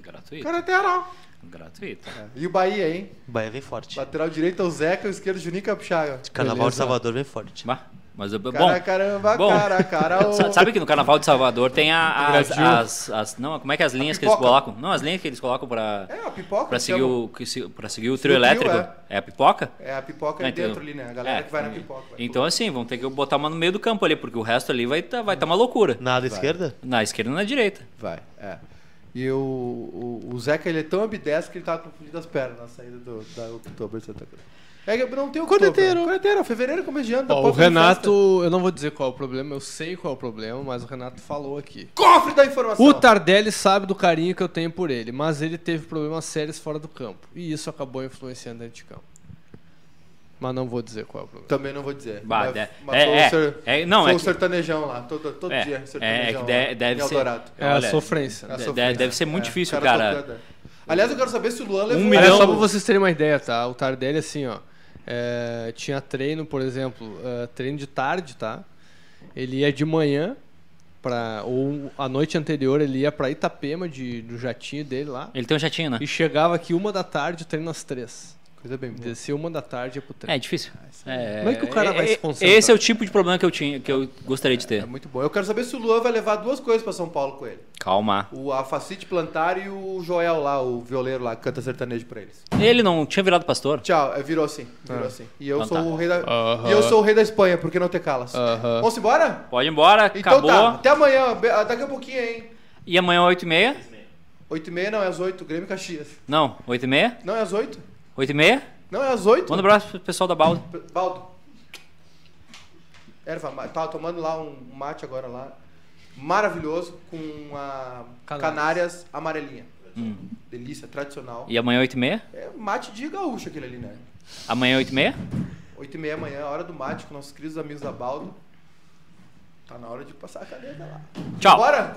Gratuito.
Cara, até era.
Gratuito.
E o Bahia, hein?
Bahia vem forte.
Lateral direito é o Zeca, o esquerdo Juninho Capixaga.
Carnaval de Salvador vem forte.
Bah, mas eu, bom.
Cara, caramba,
bom.
cara, cara. o-
Sa- Sabe que no Carnaval de Salvador tem a- as,
Gradil.
as- as- Não, como é que é as linhas que eles
pipoca.
colocam? Não, as linhas que eles colocam pra,
É, a pipoca.
pra,
que
seguir,
chama.
o, que se- pra seguir o
trio,
trio elétrico?
é.
É a pipoca?
É, a pipoca é
Então,
dentro ali, né? A galera
é,
que vai na
entendi.
pipoca. vai.
Então, assim, vão ter que botar uma no meio do campo ali, porque o resto ali vai estar vai tá uma loucura.
Nada esquerda?
Na esquerda e na direita.
Vai, é. E o, o, o Zeca, ele é tão ambidestro que ele tava confundindo as pernas na saída do, da Oktober Santa Cruz. É que não tem o Corneteiro. Corneteiro, fevereiro, começo de ano. tá
Ó, o
posto de festa.
Renato, eu não vou dizer qual é o problema, eu sei qual é o problema, mas o Renato falou aqui.
Cofre da informação.
O Tardelli sabe do carinho que eu tenho por ele, mas ele teve problemas sérios fora do campo. E isso acabou influenciando dentro de campo. Mas não vou dizer qual é o problema.
Também não vou dizer.
Bah,
Mas-
de-
mas
é,
foi o
é,
ser-
é, não,
foi
é
o
que-
sertanejão lá, todo, todo
É,
dia.
é, é que
Sertanejão
de-
lá,
deve
em
ser.
Eldorado.
É
olha,
a sofrência.
É a
né?
de-
sofrência.
deve ser muito
É,
difícil,
o
cara. Um
tocando. Aliás, eu quero saber se o Luan levou...
Olha,
milhão.
só pra vocês terem uma ideia, tá? O Tardelli, assim, ó. é, tinha treino, por exemplo, é, treino de tarde, tá? Ele ia de manhã, pra, ou a noite anterior ele ia pra Itapema, de, do jatinho dele lá.
Ele tem um jatinho, né?
E chegava aqui uma da tarde, o treino às três.
Coisa bem boa.
Descia uma da tarde e ia pro treino.
É difícil.
Ah,
É,
tá. Como é que o cara vai se
é-
concentrar?
Esse é o tipo de problema que eu, tinha, que eu gostaria de
É
ter.
muito bom. Eu quero saber se o Luan vai levar duas coisas pra São Paulo com ele.
Calma.
O, a Facite Plantar e o Joel lá, o violeiro lá, que canta sertanejo pra eles.
Ele não tinha virado pastor.
Tchau, é, virou assim, virou assim. E eu
Então
sou
tá.
o rei da E eu sou o rei da Espanha, porque não ter calas.
Aham.
Vamos embora?
Pode ir embora,
Então
acabou.
tá, até amanhã, be- ah, daqui a pouquinho, hein?
E amanhã 8h30?
8 e meia não é às 8, Grêmio e Caxias.
Não, 8h30?
Não é às 8?
8h30?
Não é às 8?
Manda um abraço pro pessoal da balda.
P- Baldo. Erva, ma- tava tomando lá um mate agora lá. Maravilhoso, com a
Canárias.
canárias amarelinha. Delícia, tradicional.
E amanhã 8h30?
É mate de gaúcho aquele ali, né?
Amanhã 8h30?
8 e meia da manhã, hora do mate com nossos queridos amigos da Baldo. Tá na hora de passar a caneta lá.
Tchau.
Bora!